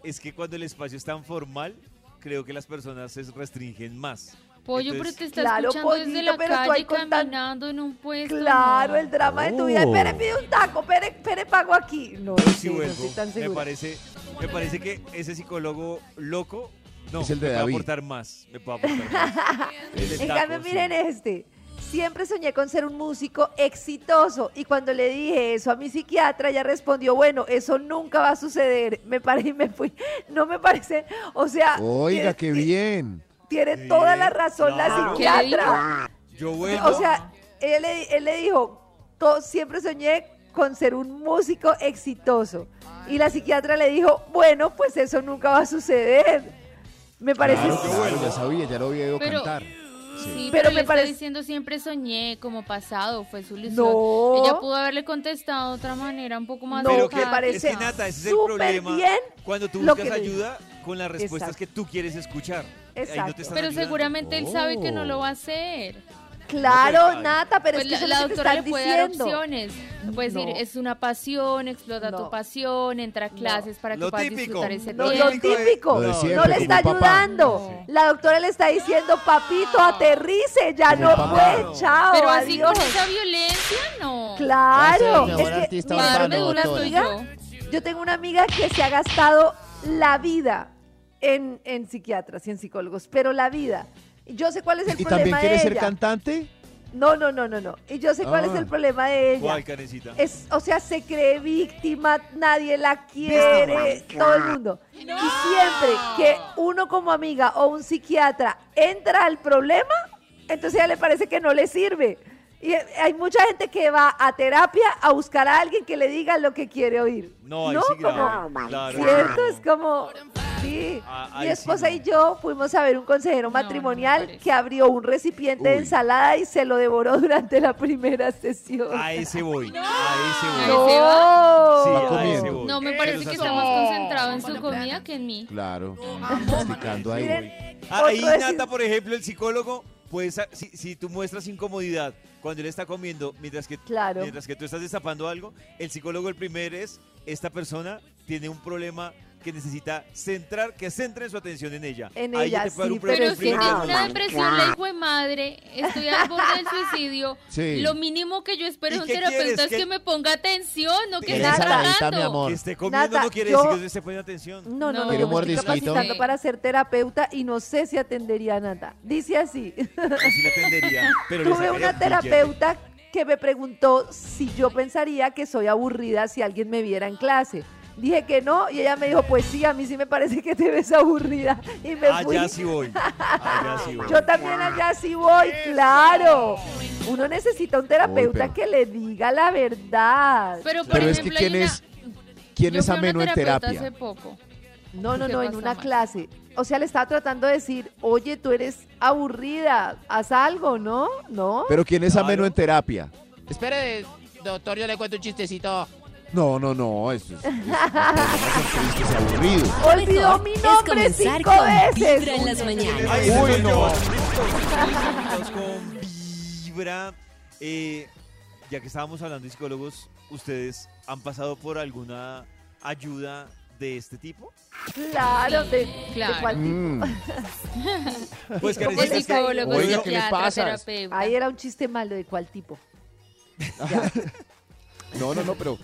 Speaker 2: es que cuando el espacio es tan formal, creo que las personas se restringen más.
Speaker 5: Pollo, pero
Speaker 2: Entonces-
Speaker 5: te está
Speaker 4: Claro,
Speaker 5: escuchando desde
Speaker 4: pollito,
Speaker 5: la
Speaker 4: pero tú ahí
Speaker 5: calle
Speaker 4: contando-
Speaker 5: caminando en un puesto.
Speaker 4: Claro,
Speaker 5: no.
Speaker 4: el drama de tu vida.
Speaker 9: Oh.
Speaker 4: Pere, pide un taco, Pere, Pere, pago aquí. No,
Speaker 2: Yo
Speaker 4: sí,
Speaker 2: sí
Speaker 4: no
Speaker 2: vuelvo.
Speaker 4: estoy tan
Speaker 2: me,
Speaker 4: segura.
Speaker 2: parece, me parece que ese psicólogo loco, no,
Speaker 3: Es el de
Speaker 2: me va a
Speaker 3: David.
Speaker 2: aportar más. Me puede aportar
Speaker 5: *laughs*
Speaker 2: más. El del
Speaker 4: En
Speaker 2: taco,
Speaker 4: cambio,
Speaker 2: sí.
Speaker 4: miren este. Siempre soñé con ser un músico exitoso y cuando le dije eso a mi psiquiatra, ella respondió, bueno, eso nunca va a suceder. Me paré y me fui. No me parece, o sea,
Speaker 3: Oiga,
Speaker 4: tiene-
Speaker 3: qué bien.
Speaker 4: tiene
Speaker 2: Sí,
Speaker 4: toda la razón la
Speaker 2: claro.
Speaker 4: psiquiatra.
Speaker 2: Yo vuelvo.
Speaker 4: O sea, él le, él le dijo, "To- siempre soñé con ser un músico exitoso. Y la psiquiatra le dijo, bueno, pues eso nunca va a suceder. Me parece...
Speaker 3: Claro, claro, ya sabía, ya lo había oído
Speaker 5: Pero-
Speaker 3: cantar.
Speaker 5: Sí,
Speaker 4: Pero
Speaker 5: pero,
Speaker 4: me
Speaker 5: le está
Speaker 4: parece-
Speaker 5: diciendo siempre soñé como pasado, fue su ilusión.
Speaker 4: No.
Speaker 5: Ella pudo haberle contestado de otra manera, un poco más
Speaker 4: No,
Speaker 2: pero
Speaker 4: que
Speaker 2: que
Speaker 4: parece
Speaker 2: es que, Nata, ese es el
Speaker 4: súper
Speaker 2: problema.
Speaker 4: bien
Speaker 2: cuando tú
Speaker 4: lo
Speaker 2: buscas
Speaker 4: que-
Speaker 2: ayuda con las respuestas
Speaker 4: Exacto.
Speaker 2: que tú quieres escuchar. Ahí no te
Speaker 4: Exacto.
Speaker 2: están
Speaker 5: Pero
Speaker 2: ayudando.
Speaker 5: seguramente él sabe que no
Speaker 9: Oh.
Speaker 5: lo va a hacer.
Speaker 4: Claro,
Speaker 2: No te-
Speaker 4: Nata, pero
Speaker 5: Pues
Speaker 4: es que
Speaker 5: la,
Speaker 4: eso
Speaker 5: la
Speaker 4: es lo que te
Speaker 5: doctora
Speaker 4: están
Speaker 5: le puede
Speaker 4: diciendo.
Speaker 5: dar opciones. Le Puede decir,
Speaker 4: No.
Speaker 5: es una pasión, explota
Speaker 4: No.
Speaker 5: tu pasión, entra a clases para que
Speaker 2: Lo
Speaker 5: puedas
Speaker 2: típico.
Speaker 5: disfrutar ese
Speaker 4: No,
Speaker 5: tiempo.
Speaker 4: lo típico,
Speaker 3: Lo de siempre,
Speaker 4: no le
Speaker 3: como
Speaker 4: está
Speaker 3: un papá.
Speaker 4: ayudando. La doctora le está diciendo, papito, aterrice, ya
Speaker 3: Como
Speaker 4: no
Speaker 3: un papá.
Speaker 4: fue, chao,
Speaker 5: Pero así
Speaker 4: Oh, adiós.
Speaker 5: con esa violencia, no.
Speaker 4: Claro,
Speaker 9: Va a ser el
Speaker 4: es
Speaker 9: mejor
Speaker 4: que,
Speaker 9: artista
Speaker 4: mira,
Speaker 5: Más
Speaker 9: urbano,
Speaker 4: yo tengo una
Speaker 5: medulas
Speaker 9: doctora.
Speaker 5: soy
Speaker 4: amiga-
Speaker 5: yo.
Speaker 4: Yo tengo una amiga que se ha gastado la vida en, en psiquiatras y en psicólogos, pero la vida. Y Yo sé cuál es el
Speaker 7: ¿Y también
Speaker 4: problema de
Speaker 7: quiere ser
Speaker 4: ella.
Speaker 7: cantante?
Speaker 4: no, no, no, no, no. Y yo sé cuál es
Speaker 7: Ah.
Speaker 4: el problema de ella.
Speaker 2: ¿Cuál, Karencita?
Speaker 4: Es, o sea, se cree víctima, nadie la quiere, todo el mundo. Y siempre que uno como amiga o un psiquiatra entra al problema, entonces a ella le parece que no le sirve. Y eh, hay mucha gente que va a terapia a buscar a alguien que le diga lo que quiere oír.
Speaker 2: No, ahí sí
Speaker 4: Como-
Speaker 2: grave, claro.
Speaker 4: ¿Cierto?
Speaker 2: No.
Speaker 4: Es como... Sí,
Speaker 2: Ah,
Speaker 4: mi
Speaker 2: ahí
Speaker 4: esposa
Speaker 2: sí
Speaker 4: y
Speaker 2: no.
Speaker 4: yo fuimos a ver un consejero
Speaker 5: No, no me
Speaker 4: matrimonial
Speaker 5: parece.
Speaker 4: que abrió un recipiente de
Speaker 3: Uy.
Speaker 4: ensalada y se lo devoró durante la primera sesión.
Speaker 2: A ese voy. A ese
Speaker 5: No.
Speaker 2: voy.
Speaker 5: se
Speaker 4: ¡No!
Speaker 2: Sí,
Speaker 3: Va
Speaker 2: a
Speaker 3: comiendo.
Speaker 2: ese voy.
Speaker 5: No, me
Speaker 2: Eso
Speaker 5: parece
Speaker 2: es
Speaker 5: que
Speaker 2: así.
Speaker 5: está más concentrado en su comida que en mí.
Speaker 3: Claro, masticando ahí.
Speaker 4: Miren,
Speaker 2: Ah, Ahí
Speaker 4: Otro es-
Speaker 2: Nata, por ejemplo, el psicólogo, pues a- si, si tú muestras incomodidad cuando él está comiendo mientras que,
Speaker 4: Claro.
Speaker 2: mientras que tú estás destapando algo, el psicólogo el primer es, esta persona tiene un problema que necesita centrar, que centren su atención en ella.
Speaker 4: En
Speaker 2: Ahí
Speaker 4: ella,
Speaker 2: ya te puede dar
Speaker 4: sí,
Speaker 2: un
Speaker 4: pero
Speaker 2: problema
Speaker 5: Pero
Speaker 4: es
Speaker 5: si tiene
Speaker 4: que-
Speaker 2: primer
Speaker 5: una
Speaker 2: mundo.
Speaker 5: depresión, la hijo de madre, estoy al borde
Speaker 4: *laughs*
Speaker 5: del suicidio.
Speaker 9: Sí.
Speaker 5: Lo mínimo que yo espero
Speaker 2: ¿Y
Speaker 5: de un
Speaker 2: qué quieres?
Speaker 5: terapeuta es
Speaker 2: ¿Qué-
Speaker 5: que me ponga atención, no que esté
Speaker 9: ¿Quieres
Speaker 4: Nata.
Speaker 9: saladita, mi
Speaker 5: tratando.
Speaker 9: amor?
Speaker 2: Que esté comiendo
Speaker 4: Nata,
Speaker 2: no quiere
Speaker 4: yo-
Speaker 2: decir que no esté poniendo atención.
Speaker 4: No, no, no, yo
Speaker 5: No.
Speaker 4: me
Speaker 9: ¿Quiere
Speaker 4: estoy
Speaker 9: un mordisquito?
Speaker 4: capacitando para ser terapeuta y no sé si atendería a Nata. Dice así,
Speaker 2: Yo sí la atendería, pero le
Speaker 4: tuve
Speaker 2: sacaría
Speaker 4: una
Speaker 2: un billete.
Speaker 4: terapeuta que me preguntó si yo pensaría que soy aburrida si alguien me viera en clase. Dije que no y ella me dijo, pues sí, a mí sí me parece que te ves aburrida. Y me fui.
Speaker 2: Allá Ah, sí voy. Allá sí voy.
Speaker 4: Pues Yo también allá sí voy, claro. Uno necesita un terapeuta
Speaker 9: Uy, pero-
Speaker 4: que le diga la verdad.
Speaker 5: Pero, por
Speaker 9: Pero es que
Speaker 5: ejemplo, hay
Speaker 9: quién
Speaker 5: una-
Speaker 9: es, quién
Speaker 5: yo
Speaker 9: es
Speaker 5: fui a una
Speaker 9: ameno en
Speaker 5: terapeuta
Speaker 9: terapia.
Speaker 5: Hace poco.
Speaker 4: No, no,
Speaker 5: ¿Qué
Speaker 4: no, en
Speaker 5: pasa,
Speaker 4: una
Speaker 5: Max?
Speaker 4: clase. O sea, le estaba tratando de decir, oye, tú eres aburrida, haz algo, ¿no? ¿No?
Speaker 9: Pero quién es ameno
Speaker 2: Claro.
Speaker 9: en terapia.
Speaker 6: Espere, doctor, yo le cuento un chistecito.
Speaker 9: No, no, no. Eso es, es- los problemas son tristes y aburridos.
Speaker 4: Olvidó mi
Speaker 1: es
Speaker 4: nombre
Speaker 1: comenzar
Speaker 4: cinco
Speaker 1: con
Speaker 4: veces.
Speaker 1: Vibra en las mañanas.
Speaker 2: Ay, ese
Speaker 9: Uy,
Speaker 2: soy
Speaker 9: no.
Speaker 2: yo. Estamos con Vibra. Eh, ya que estábamos hablando de psicólogos, ¿ustedes han pasado por alguna ayuda de este tipo?
Speaker 4: Claro, de, de
Speaker 5: Claro.
Speaker 4: cual-
Speaker 9: Mm.
Speaker 2: Pues
Speaker 4: ¿Cómo
Speaker 2: Karencita,
Speaker 5: De
Speaker 4: les
Speaker 2: es que
Speaker 4: cae?
Speaker 5: psicólogo,
Speaker 9: Oiga, ¿qué les
Speaker 5: psiquiatra,
Speaker 9: pasa?
Speaker 5: terapeuta.
Speaker 4: Ahí era un chiste malo, ¿de cuál tipo?
Speaker 9: No, no, no, pero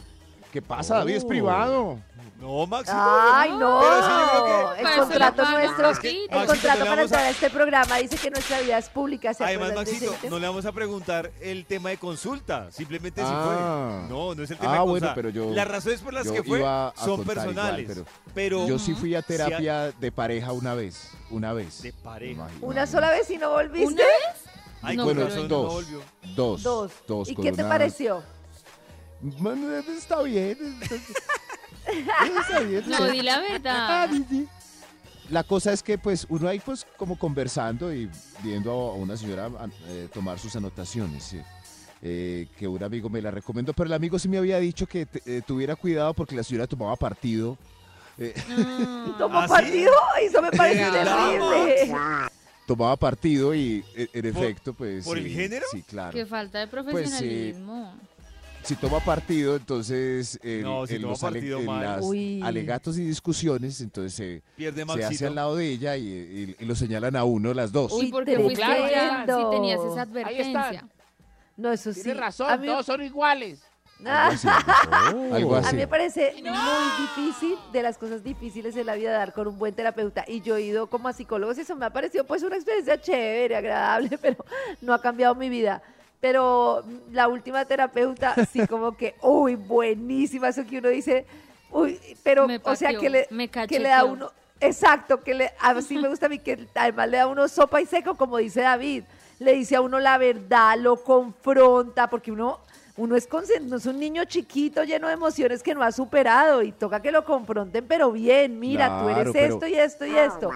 Speaker 9: ¿qué pasa, David? Es
Speaker 3: Oh.
Speaker 9: privado.
Speaker 2: No, Maxito.
Speaker 4: Ay, no.
Speaker 2: Pero sí, yo creo
Speaker 4: el
Speaker 5: Pasó
Speaker 4: contrato
Speaker 5: la mano,
Speaker 4: nuestro,
Speaker 5: Maxito.
Speaker 4: el
Speaker 2: Maxito,
Speaker 4: contrato
Speaker 2: le
Speaker 4: para
Speaker 2: vamos
Speaker 4: entrar
Speaker 2: a-
Speaker 4: a este programa dice que nuestra vida es pública. ¿se
Speaker 2: Además,
Speaker 4: acuerdan de ese
Speaker 2: Maxito,
Speaker 4: chiste?
Speaker 2: no le vamos a preguntar el tema de consulta. Simplemente si
Speaker 9: Ah.
Speaker 2: fue. No, no es el tema
Speaker 9: Ah,
Speaker 2: de
Speaker 9: bueno,
Speaker 2: consulta.
Speaker 9: pero yo-
Speaker 2: Las razones por las
Speaker 9: yo
Speaker 2: que fue
Speaker 9: iba a
Speaker 2: son
Speaker 9: contar igual,
Speaker 2: personales.
Speaker 9: pero-
Speaker 2: pero
Speaker 9: Yo sí fui a
Speaker 2: Sí, a-
Speaker 9: terapia de pareja una vez. Una vez.
Speaker 2: de pareja.
Speaker 9: Imagínate.
Speaker 4: Una sola vez y no volviste.
Speaker 5: ¿Una vez?
Speaker 2: Ay,
Speaker 5: No,
Speaker 2: con
Speaker 5: pero-
Speaker 2: razón, no
Speaker 9: dos.
Speaker 2: volvió.
Speaker 9: Dos.
Speaker 4: Dos. ¿Y
Speaker 9: con
Speaker 4: qué te
Speaker 9: una-
Speaker 4: pareció?
Speaker 9: Bueno, está bien. Está,
Speaker 4: *laughs*
Speaker 9: está bien. Ah,
Speaker 5: No, di
Speaker 4: *laughs*
Speaker 5: la verdad.
Speaker 9: La cosa es que pues uno ahí pues como conversando y viendo a una señora a- eh, tomar sus anotaciones, sí. Eh, que un amigo me la recomendó, pero el amigo sí me había dicho que te- eh, tuviera cuidado porque la señora tomaba partido.
Speaker 5: Mm.
Speaker 4: ¿Tomó
Speaker 2: ¿Ah, sí?
Speaker 4: partido? Eso me parece
Speaker 2: verdad?
Speaker 4: terrible.
Speaker 9: Tomaba partido y eh, en
Speaker 2: ¿Por-
Speaker 9: efecto pues...
Speaker 2: por el
Speaker 9: sí,
Speaker 2: género?
Speaker 9: Sí, claro.
Speaker 5: Qué falta de
Speaker 9: Pues sí.
Speaker 5: profesionalismo.
Speaker 9: Si toma partido, entonces el-
Speaker 2: No, si
Speaker 9: en
Speaker 2: toma
Speaker 9: los ale-
Speaker 2: partido,
Speaker 9: en
Speaker 2: mal.
Speaker 9: las
Speaker 4: Uy.
Speaker 9: alegatos y discusiones, entonces se-
Speaker 2: Pierde
Speaker 9: se
Speaker 2: Maxito.
Speaker 9: hace al lado de ella y, y- y lo señalan a uno las dos.
Speaker 5: Uy,
Speaker 4: Uy,
Speaker 5: porque pues, fuiste
Speaker 6: tremendo.
Speaker 5: allá si tenías esa
Speaker 6: Ahí está.
Speaker 5: advertencia.
Speaker 4: No, eso sí.
Speaker 6: Tienes
Speaker 4: A
Speaker 6: razón,
Speaker 4: mí-
Speaker 6: todos son iguales.
Speaker 4: Ah,
Speaker 5: *laughs*
Speaker 9: Algo así. Algo
Speaker 4: A
Speaker 9: así.
Speaker 4: mí me parece muy difícil, de las cosas difíciles en la vida dar con un buen terapeuta. Y yo he ido como a psicólogos y eso me ha parecido pues una experiencia chévere, agradable, *laughs* pero no ha cambiado mi vida. Pero mm, la última terapeuta,
Speaker 5: *laughs*
Speaker 4: sí, como que, uy, buenísima, eso que uno dice, uy, pero,
Speaker 5: Me
Speaker 4: o sea,
Speaker 5: pateó,
Speaker 4: que le,
Speaker 5: me
Speaker 4: que le da
Speaker 5: cacheteó.
Speaker 4: uno, exacto, que le, así me gusta a mí, que además le da a uno sopa y seco, como dice David, le dice a uno la verdad, lo confronta, porque uno, uno es, consen- no es un niño chiquito lleno de emociones que no ha superado y toca que lo confronten, pero bien, mira, tú eres
Speaker 9: Claro, pero-
Speaker 4: esto y esto y esto.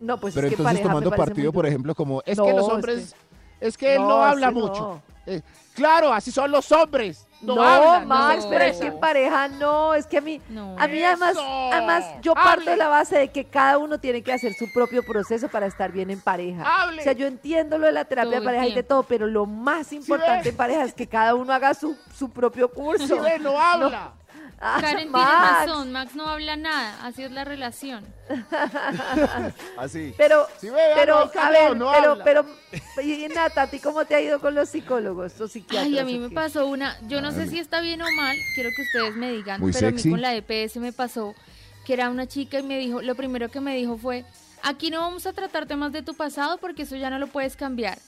Speaker 4: No, pues
Speaker 9: Pero
Speaker 4: es que
Speaker 9: entonces
Speaker 4: pareja me
Speaker 9: tomando
Speaker 4: parece
Speaker 9: partido,
Speaker 4: muy
Speaker 9: por
Speaker 4: duro.
Speaker 9: ejemplo, como es
Speaker 6: Es que
Speaker 4: No,
Speaker 6: los
Speaker 4: es
Speaker 6: hombres, es que, él no,
Speaker 4: ese
Speaker 6: habla
Speaker 4: no.
Speaker 6: mucho. Eh, claro, así son los hombres. No,
Speaker 4: No,
Speaker 6: hablan, no
Speaker 4: Max,
Speaker 6: se
Speaker 4: pero es que
Speaker 6: expresan.
Speaker 4: en pareja no, es que a mí,
Speaker 5: No.
Speaker 4: a mí además,
Speaker 6: ¡Eso!
Speaker 4: además yo parto
Speaker 6: ¡Hable!
Speaker 4: de la base de que cada uno tiene que hacer su propio proceso para estar bien en pareja.
Speaker 6: ¡Hable!
Speaker 4: O sea, yo entiendo lo de la terapia
Speaker 5: Todo
Speaker 4: de
Speaker 5: el
Speaker 4: pareja y de
Speaker 5: tiempo.
Speaker 4: todo, pero lo más importante
Speaker 6: ve?
Speaker 4: en pareja es que cada uno haga su, su propio
Speaker 6: Si
Speaker 4: curso.
Speaker 6: ve, no habla.
Speaker 4: *laughs* Ah,
Speaker 5: Karen tiene
Speaker 4: Max,
Speaker 5: razón, Max no habla nada, así es la relación.
Speaker 9: así.
Speaker 4: Pero,
Speaker 9: Si ve, vea,
Speaker 4: pero,
Speaker 9: no hay
Speaker 4: a
Speaker 9: cambiado,
Speaker 4: ver,
Speaker 9: no
Speaker 4: pero,
Speaker 9: habla.
Speaker 4: pero, y Nata, ¿a ti cómo te ha ido con los psicólogos o psiquiatras?
Speaker 5: Ay, a
Speaker 4: o
Speaker 5: mí me
Speaker 4: qué?
Speaker 5: pasó una, yo no sé si está bien o mal, quiero que ustedes me digan,
Speaker 9: Muy
Speaker 5: pero
Speaker 9: sexy.
Speaker 5: a mí con la EPS me pasó que era una chica y me dijo, lo primero que me dijo fue, aquí no vamos a tratar temas de tu pasado porque eso ya no lo puedes cambiar.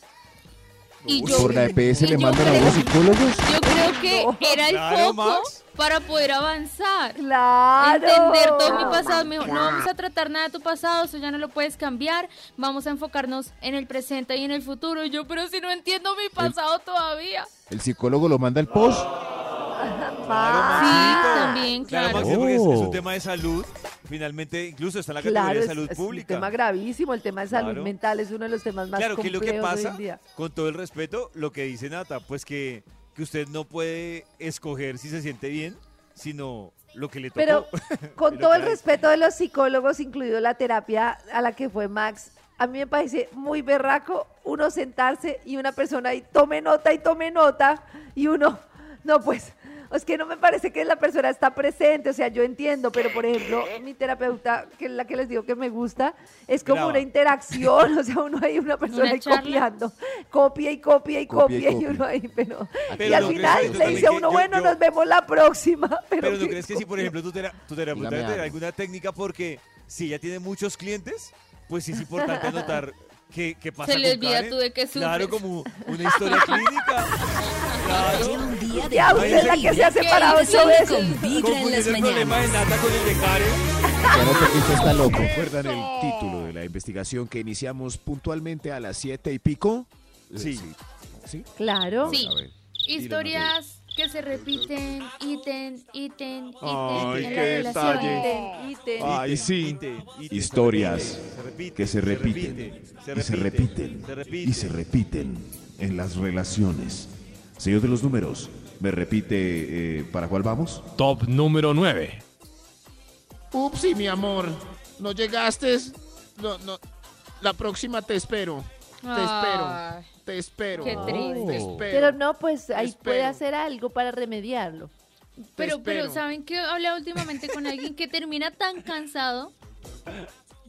Speaker 5: Y yo,
Speaker 9: Por la E EPS
Speaker 5: y
Speaker 9: le
Speaker 5: yo
Speaker 9: mandan a
Speaker 5: creo-
Speaker 9: unos psicólogos.
Speaker 5: yo creo que era el
Speaker 2: Claro,
Speaker 5: foco
Speaker 2: Max.
Speaker 5: para poder avanzar.
Speaker 4: Claro.
Speaker 5: entender todo mi pasado. Me dijo, no vamos a tratar nada de tu pasado, eso ya no lo puedes cambiar. Vamos a enfocarnos en el presente y en el futuro. Y yo, pero si no entiendo mi pasado todavía.
Speaker 9: El psicólogo lo manda al post.
Speaker 2: Claro,
Speaker 4: Ah,
Speaker 2: Maxito.
Speaker 5: también, claro.
Speaker 2: Maxito, porque es, es
Speaker 9: Uh.
Speaker 2: un
Speaker 3: Oh.
Speaker 2: tema de salud. Finalmente, incluso está en la categoría
Speaker 4: Claro,
Speaker 2: de
Speaker 4: es,
Speaker 2: salud
Speaker 4: es un
Speaker 2: pública.
Speaker 4: tema gravísimo, el tema de salud
Speaker 2: Claro.
Speaker 4: mental es uno de los temas más
Speaker 2: claro, que lo
Speaker 4: complejos
Speaker 2: que
Speaker 4: hoy en
Speaker 2: pasa,
Speaker 4: día.
Speaker 2: con todo el respeto, lo que dice Nata, pues que, que usted no puede escoger si se siente bien, sino *laughs* lo que le tocó.
Speaker 4: Pero *laughs* con
Speaker 2: Pero
Speaker 4: todo el
Speaker 2: claro.
Speaker 4: respeto de los psicólogos, incluido la terapia a la que fue Max, a mí me parece muy berraco uno sentarse y una persona ahí tome nota y tome nota y uno, no pues, es que no me parece que la persona está presente, o sea, yo entiendo, pero por ejemplo, mi terapeuta, que es la que les digo que me gusta, es como
Speaker 2: Brava.
Speaker 4: una interacción, *laughs* o sea, uno ahí, una persona ahí
Speaker 5: charla?
Speaker 4: copiando, copia y copia y
Speaker 9: Copia y
Speaker 4: copia y
Speaker 9: copia.
Speaker 4: uno ahí, pero...
Speaker 2: Pero
Speaker 4: y al
Speaker 2: no crees,
Speaker 4: final
Speaker 2: Karencita,
Speaker 4: le dice a
Speaker 2: que
Speaker 4: uno,
Speaker 2: yo-
Speaker 4: bueno,
Speaker 2: yo-
Speaker 4: nos vemos la próxima. *laughs* Pero,
Speaker 2: Pero ¿no
Speaker 4: qué
Speaker 2: crees que si, por
Speaker 4: copia?
Speaker 2: ejemplo, tu, tera- tu terapeuta
Speaker 9: Dígame
Speaker 2: debe tener
Speaker 9: algo.
Speaker 2: alguna técnica? Porque si ella tiene muchos clientes, pues sí es importante anotar qué, qué pasa
Speaker 5: Se le
Speaker 2: con
Speaker 5: olvida
Speaker 2: Karen.
Speaker 5: tú de qué
Speaker 2: Claro,
Speaker 5: sufres.
Speaker 2: como una historia
Speaker 4: *laughs*
Speaker 2: clínica.
Speaker 1: Lleva un día de
Speaker 4: Ya, usted es la
Speaker 1: vibra.
Speaker 4: que se ha separado
Speaker 5: ¿Qué
Speaker 4: ocho
Speaker 5: dices?
Speaker 1: Con
Speaker 4: veces.
Speaker 1: vibra en
Speaker 2: Confundir
Speaker 1: las
Speaker 2: el problema de
Speaker 1: mañanas.
Speaker 2: Nata con el de Karen.
Speaker 9: Ya no te quiso, está loco.
Speaker 3: ¿Recuerdan el título de la investigación que iniciamos puntualmente a las siete y pico?
Speaker 2: Sí.
Speaker 3: ¿Sí?
Speaker 4: Claro.
Speaker 5: Sí.
Speaker 3: A ver.
Speaker 5: Historias que se repiten, ítem, ítem, ítem.
Speaker 3: Ay,
Speaker 5: en
Speaker 3: qué
Speaker 5: la relación.
Speaker 3: detalle.
Speaker 4: Ítem, ítem.
Speaker 3: Ay, sí.
Speaker 2: Ite, ite,
Speaker 3: Historias
Speaker 2: se repite,
Speaker 3: que se repiten, y se repiten,
Speaker 2: se
Speaker 3: y se repiten en las relaciones. Señor de los números, ¿me repite eh, para cuál vamos?
Speaker 10: Top número 9.
Speaker 6: Upsi, mi amor. No llegaste. No, no. La próxima te espero. Te
Speaker 5: Ay,
Speaker 6: espero. Te espero.
Speaker 5: Qué triste.
Speaker 6: Te espero.
Speaker 4: Pero no, pues ahí puede
Speaker 6: Espero.
Speaker 4: hacer algo para remediarlo.
Speaker 5: Pero, pero,
Speaker 6: espero.
Speaker 5: ¿saben que he hablado últimamente con alguien que termina tan cansado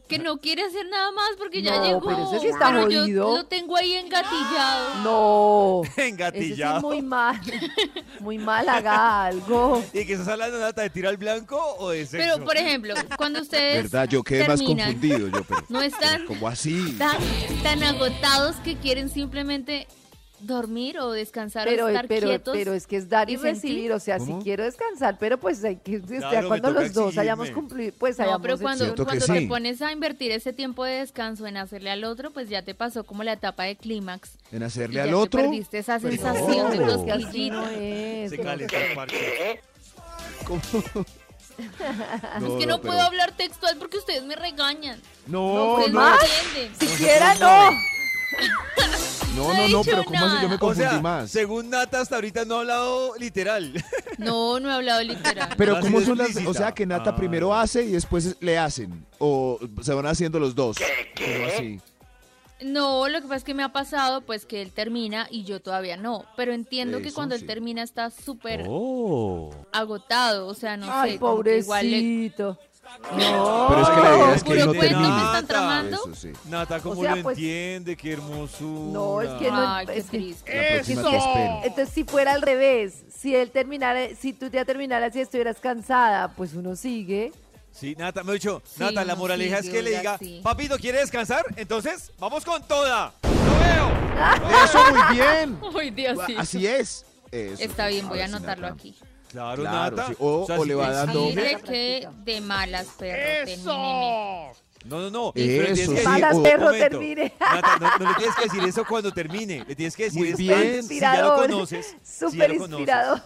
Speaker 5: que no quiere hacer nada más porque ya
Speaker 4: No,
Speaker 5: llegó?
Speaker 4: pero ese sí está
Speaker 5: Pero yo
Speaker 4: jodido.
Speaker 5: lo tengo ahí engatillado.
Speaker 4: No. Ese sí
Speaker 2: *laughs*
Speaker 4: es
Speaker 2: Engatillado.
Speaker 4: muy mal. *laughs* Muy mal, haga algo.
Speaker 2: ¿Y que estás hablando, Nata, de tiro al blanco o de sexo?
Speaker 5: Pero, por ejemplo, cuando ustedes
Speaker 3: ¿Verdad? Yo quedé más
Speaker 5: terminan,
Speaker 3: confundido. Yo,
Speaker 5: *laughs*
Speaker 3: pero,
Speaker 5: no están
Speaker 3: ¿Cómo así?
Speaker 5: tan, tan agotados que quieren simplemente dormir o descansar o
Speaker 4: Pero, eh,
Speaker 5: estar
Speaker 4: pero,
Speaker 5: quietos.
Speaker 4: pero es que es dar y
Speaker 5: y sentir.
Speaker 4: recibir. O sea,
Speaker 3: ¿Cómo?
Speaker 4: si quiero descansar, pero pues hay que ya
Speaker 2: Claro, me
Speaker 4: cuando
Speaker 2: toca
Speaker 4: los dos hayamos
Speaker 2: exigirme.
Speaker 4: cumplido, pues
Speaker 5: no,
Speaker 4: hayamos
Speaker 5: pero cuando,
Speaker 4: hecho-
Speaker 3: Siento que
Speaker 5: cuando
Speaker 3: sí.
Speaker 5: te pones a invertir ese tiempo de descanso en hacerle al otro, pues ya te pasó como la etapa de clímax.
Speaker 3: ¿En
Speaker 5: Y
Speaker 3: hacerle
Speaker 5: ya
Speaker 3: al
Speaker 5: te
Speaker 3: otro?
Speaker 5: perdiste esa
Speaker 3: Pero
Speaker 5: sensación de
Speaker 4: pero es que así
Speaker 5: cosquillita.
Speaker 4: no es.
Speaker 2: Se
Speaker 4: no
Speaker 2: calenta
Speaker 3: Eh,
Speaker 2: el parque.
Speaker 5: es que
Speaker 3: pero-
Speaker 5: no, puedo hablar textual porque ustedes me regañan.
Speaker 3: No,
Speaker 5: ustedes
Speaker 3: no,
Speaker 5: no entienden.
Speaker 4: Siquiera no.
Speaker 3: no,
Speaker 5: he
Speaker 3: no, no,
Speaker 5: dicho
Speaker 3: pero ¿cómo así? Yo me
Speaker 5: nada.
Speaker 2: O
Speaker 3: confundí
Speaker 2: sea,
Speaker 3: más.
Speaker 2: según Nata, hasta ahorita no ha hablado literal.
Speaker 5: No, no he hablado literal.
Speaker 3: Pero
Speaker 2: No ha
Speaker 3: ¿cómo
Speaker 2: sido
Speaker 3: son las...? O
Speaker 2: explícita.
Speaker 3: sea, que Nata
Speaker 2: Ah.
Speaker 3: primero hace y después le hacen. O se van haciendo los dos. ¿Cómo así?
Speaker 5: No, lo que pasa es que me ha pasado pues que él termina y yo todavía no. Pero entiendo que
Speaker 3: Eso
Speaker 5: cuando
Speaker 3: sí.
Speaker 5: él termina está súper
Speaker 3: Oh.
Speaker 2: *laughs*
Speaker 5: agotado. O sea, no
Speaker 4: Ay,
Speaker 5: sé. como que Igual le-
Speaker 4: pobrecito. No.
Speaker 3: Pero es que la idea es que
Speaker 5: Puro
Speaker 3: él no
Speaker 5: cuento que
Speaker 3: termine.
Speaker 5: me pues, están tramando.
Speaker 3: Eso sí.
Speaker 2: Nata, ¿cómo
Speaker 4: O sea,
Speaker 2: lo
Speaker 4: pues-
Speaker 2: entiende? ¡Qué hermosura!
Speaker 4: No, es que no-
Speaker 5: Ay, qué
Speaker 4: es que-
Speaker 5: triste. *laughs*
Speaker 3: La próxima te espero.
Speaker 4: Entonces, si fuera al revés, si él terminara, si tú ya terminaras y estuvieras cansada, pues uno sigue.
Speaker 2: Sí, Nata, me ha dicho,
Speaker 5: Sí,
Speaker 2: Nata, la
Speaker 5: no,
Speaker 2: moraleja
Speaker 5: sí,
Speaker 2: es que le
Speaker 5: yo
Speaker 2: diga,
Speaker 5: ya sí.
Speaker 2: papito, ¿quiere descansar? Entonces, vamos con toda. ¡Lo veo!
Speaker 3: Eso muy bien.
Speaker 5: Ay, Dios, sí.
Speaker 3: Ah, Así es. Eso.
Speaker 5: Está bien, voy a
Speaker 3: ver si
Speaker 5: anotarlo
Speaker 3: Nata-
Speaker 5: aquí.
Speaker 2: Claro,
Speaker 3: Claro,
Speaker 2: Nata.
Speaker 3: sí. O- o le va
Speaker 2: te
Speaker 3: dando-
Speaker 2: exige-
Speaker 5: Dile que de malas, perro. termíneme.
Speaker 6: ¡Eso!
Speaker 2: No, no, no.
Speaker 3: Eso,
Speaker 2: pero le tienes que
Speaker 3: sí,
Speaker 2: decir-
Speaker 3: Malas,
Speaker 2: un
Speaker 4: perro,
Speaker 2: momento.
Speaker 4: termine.
Speaker 2: Nata, no, no le tienes que decir eso cuando termine. Le tienes que decir
Speaker 3: Muy
Speaker 2: eso
Speaker 3: bien.
Speaker 2: antes, si ya lo
Speaker 4: Inspirador.
Speaker 2: conoces. si ya
Speaker 4: Súper
Speaker 2: lo conoces.
Speaker 4: inspirador.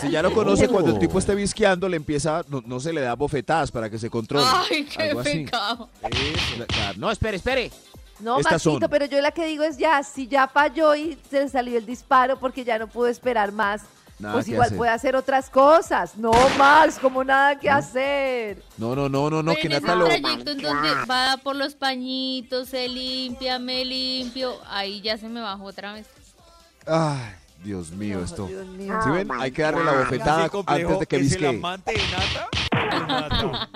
Speaker 3: Si ya lo conoce,
Speaker 10: Oh.
Speaker 3: cuando el tipo esté visqueando, le empieza, no, no se le da bofetadas para que se controle.
Speaker 5: Ay, qué
Speaker 3: Algo así.
Speaker 5: pecado.
Speaker 3: Eso, claro.
Speaker 6: No, espere, espere.
Speaker 4: No,
Speaker 3: Estas
Speaker 4: Maxito,
Speaker 3: son.
Speaker 4: pero yo la que digo es ya, si ya falló y se le salió el disparo porque ya no pudo esperar más,
Speaker 3: Nada
Speaker 4: pues
Speaker 3: que
Speaker 4: igual
Speaker 3: hacer.
Speaker 4: puede hacer otras cosas. No, Max, como nada que hacer.
Speaker 3: No, no, no, no, no,
Speaker 5: Pero
Speaker 3: que
Speaker 5: en ese
Speaker 3: Nata lo.
Speaker 5: trayecto en donde va por los pañitos, se limpia, me limpio, ahí ya se me bajó otra vez.
Speaker 3: Ay, Dios mío,
Speaker 4: No,
Speaker 3: esto.
Speaker 4: Dios mío.
Speaker 8: Ah,
Speaker 3: ¿Sí ven? Hay que darle la
Speaker 2: Ese
Speaker 3: bofetada
Speaker 2: complejo
Speaker 3: antes de que
Speaker 2: es el
Speaker 3: visque.
Speaker 2: amante de Nata. o Nata.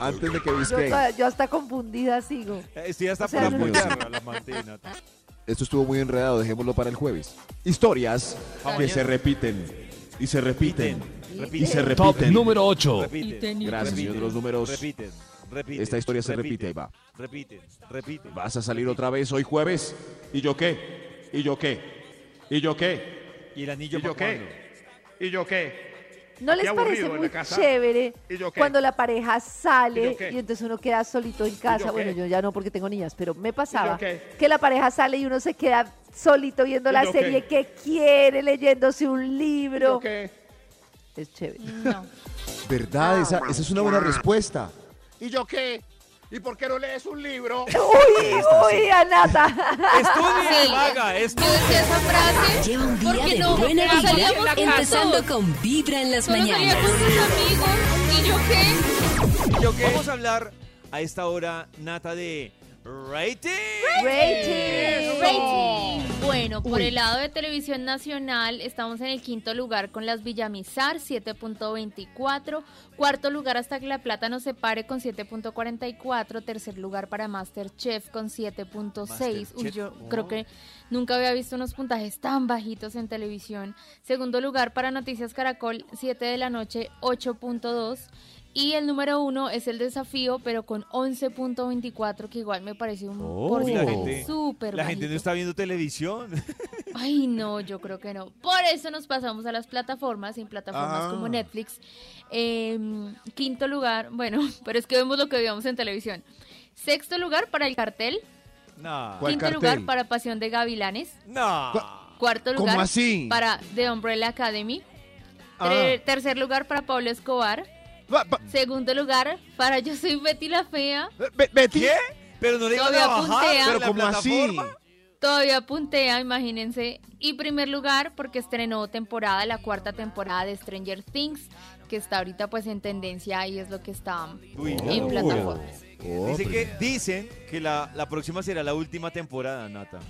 Speaker 3: Antes de que
Speaker 4: Yo,
Speaker 3: visque.
Speaker 4: toda- yo hasta confundida sigo.
Speaker 2: Estoy hasta
Speaker 4: O sea,
Speaker 2: por
Speaker 3: no-
Speaker 2: apoyar al amante de Nata.
Speaker 3: Esto estuvo muy enredado, dejémoslo para el jueves. Historias
Speaker 2: Pa'
Speaker 3: que
Speaker 2: mañana.
Speaker 3: se repiten. Y se repiten. Y se
Speaker 10: Top
Speaker 3: repiten.
Speaker 10: número 8.
Speaker 2: Repiten.
Speaker 3: Gracias, señor de los números.
Speaker 2: Repiten, repiten.
Speaker 3: Esta historia se repite, ahí
Speaker 2: repiten,
Speaker 3: va.
Speaker 2: Repiten, repiten.
Speaker 3: ¿Vas a salir otra vez hoy jueves? ¿Y yo qué? ¿Y yo qué? ¿Y yo qué?
Speaker 2: ¿Y el anillo
Speaker 8: ¿Y yo
Speaker 2: para
Speaker 8: qué?
Speaker 2: cuándo?
Speaker 8: ¿Y yo qué?
Speaker 4: ¿No les
Speaker 8: Ah, Qué
Speaker 4: parece
Speaker 8: aburrido en
Speaker 4: muy
Speaker 8: la casa.
Speaker 4: chévere
Speaker 8: ¿Y yo qué?
Speaker 4: cuando la pareja sale
Speaker 8: ¿Y yo qué?
Speaker 4: y entonces uno queda solito en casa?
Speaker 8: yo
Speaker 4: bueno,
Speaker 8: qué?
Speaker 4: yo ya no porque tengo niñas, pero me pasaba
Speaker 8: qué?
Speaker 4: que la pareja sale y uno se queda solito viendo
Speaker 8: ¿Y
Speaker 4: la
Speaker 8: yo
Speaker 4: serie que quiere, leyéndose un libro.
Speaker 8: ¿Yo qué?
Speaker 4: Es chévere.
Speaker 5: No.
Speaker 3: ¿Verdad? Esa, esa es una buena respuesta.
Speaker 6: ¿Y yo qué? ¿Y por qué no lees un
Speaker 3: *laughs*
Speaker 6: libro?
Speaker 4: Uy, uy, *laughs* Anata.
Speaker 2: Estudie,
Speaker 5: Sí,
Speaker 2: vaga,
Speaker 5: Yo
Speaker 2: estudie.
Speaker 5: decía esa frase
Speaker 1: Lleva un día
Speaker 5: porque
Speaker 1: de
Speaker 5: no,
Speaker 1: buena
Speaker 5: no
Speaker 1: vibra,
Speaker 5: salíamos
Speaker 1: empezando
Speaker 5: juntos.
Speaker 1: con vibra en las
Speaker 5: Solo salía
Speaker 1: mañanas.
Speaker 5: con sus amigos y yo qué.
Speaker 2: Vamos a hablar a esta hora, Nata, de Rating.
Speaker 4: Rating.
Speaker 5: Rating. Bueno, por el lado de Televisión Nacional, estamos en el quinto lugar con las Villamizar, 7.24. Cuarto lugar hasta que la plata nos separe con 7.44. Tercer lugar para Masterchef con 7.6. Uy,
Speaker 2: Masterchef,
Speaker 5: yo
Speaker 2: oh.
Speaker 5: creo que nunca había visto unos puntajes tan bajitos en televisión. Segundo lugar para Noticias Caracol, 7 de la noche, 8.2. Y el número uno es el desafío, pero con 11.24, que igual me parece un
Speaker 3: Oh.
Speaker 2: La
Speaker 5: porcentaje
Speaker 2: gente-
Speaker 5: súper
Speaker 2: La gente no
Speaker 5: bajito.
Speaker 2: está viendo televisión.
Speaker 5: *laughs*
Speaker 2: *laughs*
Speaker 5: Ay, no, yo creo que no. Por eso nos pasamos a las plataformas, en plataformas
Speaker 3: Ah.
Speaker 5: como Netflix. Em, quinto lugar, bueno, *laughs* pero es que vemos lo que veíamos en televisión. Sexto lugar para El Cartel.
Speaker 2: No.
Speaker 9: ¿Cuál
Speaker 5: quinto
Speaker 9: cartel?
Speaker 5: lugar para Pasión de Gavilanes.
Speaker 2: No.
Speaker 5: Cuarto
Speaker 9: ¿Cómo
Speaker 5: lugar
Speaker 9: así?
Speaker 5: para The Umbrella Academy.
Speaker 2: Ah.
Speaker 5: Tre- Tercer lugar para Pablo Escobar.
Speaker 9: Va- va-
Speaker 5: Segundo lugar para Yo Soy Betty la Fea.
Speaker 9: Be- Betty.
Speaker 2: ¿Qué? Pero no le iban a
Speaker 5: Todavía
Speaker 2: bajar.
Speaker 5: puntea.
Speaker 2: en
Speaker 9: Pero
Speaker 2: la
Speaker 9: como así.
Speaker 2: plataforma.
Speaker 5: Todavía puntea, imagínense. Y primer lugar, porque estrenó temporada, la cuarta temporada de Stranger Things, que está ahorita pues en tendencia y es lo que está
Speaker 2: Uy,
Speaker 5: en plataformas.
Speaker 9: Oh,
Speaker 2: Dice
Speaker 9: pero-
Speaker 2: que, dicen que la, la próxima será la última temporada, Nata.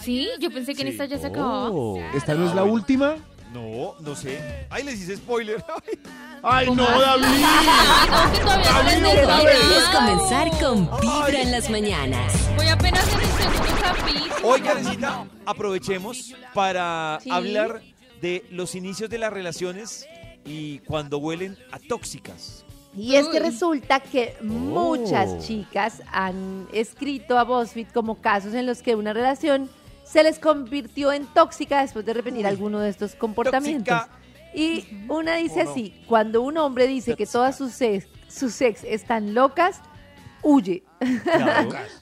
Speaker 5: Sí, yo pensé que en
Speaker 2: Sí.
Speaker 5: esta ya se acababa.
Speaker 7: ¿Esta Oh. no es la última?
Speaker 2: No, no sé. Ay, les hice spoiler. *laughs* Ay.
Speaker 6: ¡Ay, no, David!
Speaker 5: Ah, no, que todavía no les digo
Speaker 1: Debes
Speaker 5: nada.
Speaker 1: comenzar con Vibra en las mañanas.
Speaker 5: Voy apenas en el segundo capítulo.
Speaker 2: Hoy, Karencita, aprovechemos para
Speaker 5: Sí.
Speaker 2: hablar de los inicios de las relaciones y cuando huelen
Speaker 9: *laughs*
Speaker 2: a tóxicas.
Speaker 4: Y es que
Speaker 5: Uy.
Speaker 4: resulta que
Speaker 3: Oh.
Speaker 4: muchas chicas han escrito a BuzzFeed como casos en los que una relación se les convirtió en tóxica después de repetir alguno de estos comportamientos.
Speaker 2: Tóxica.
Speaker 4: Y una dice
Speaker 2: ¿O no?
Speaker 4: así, cuando un hombre dice que todas sus ex, sus ex están locas, huye,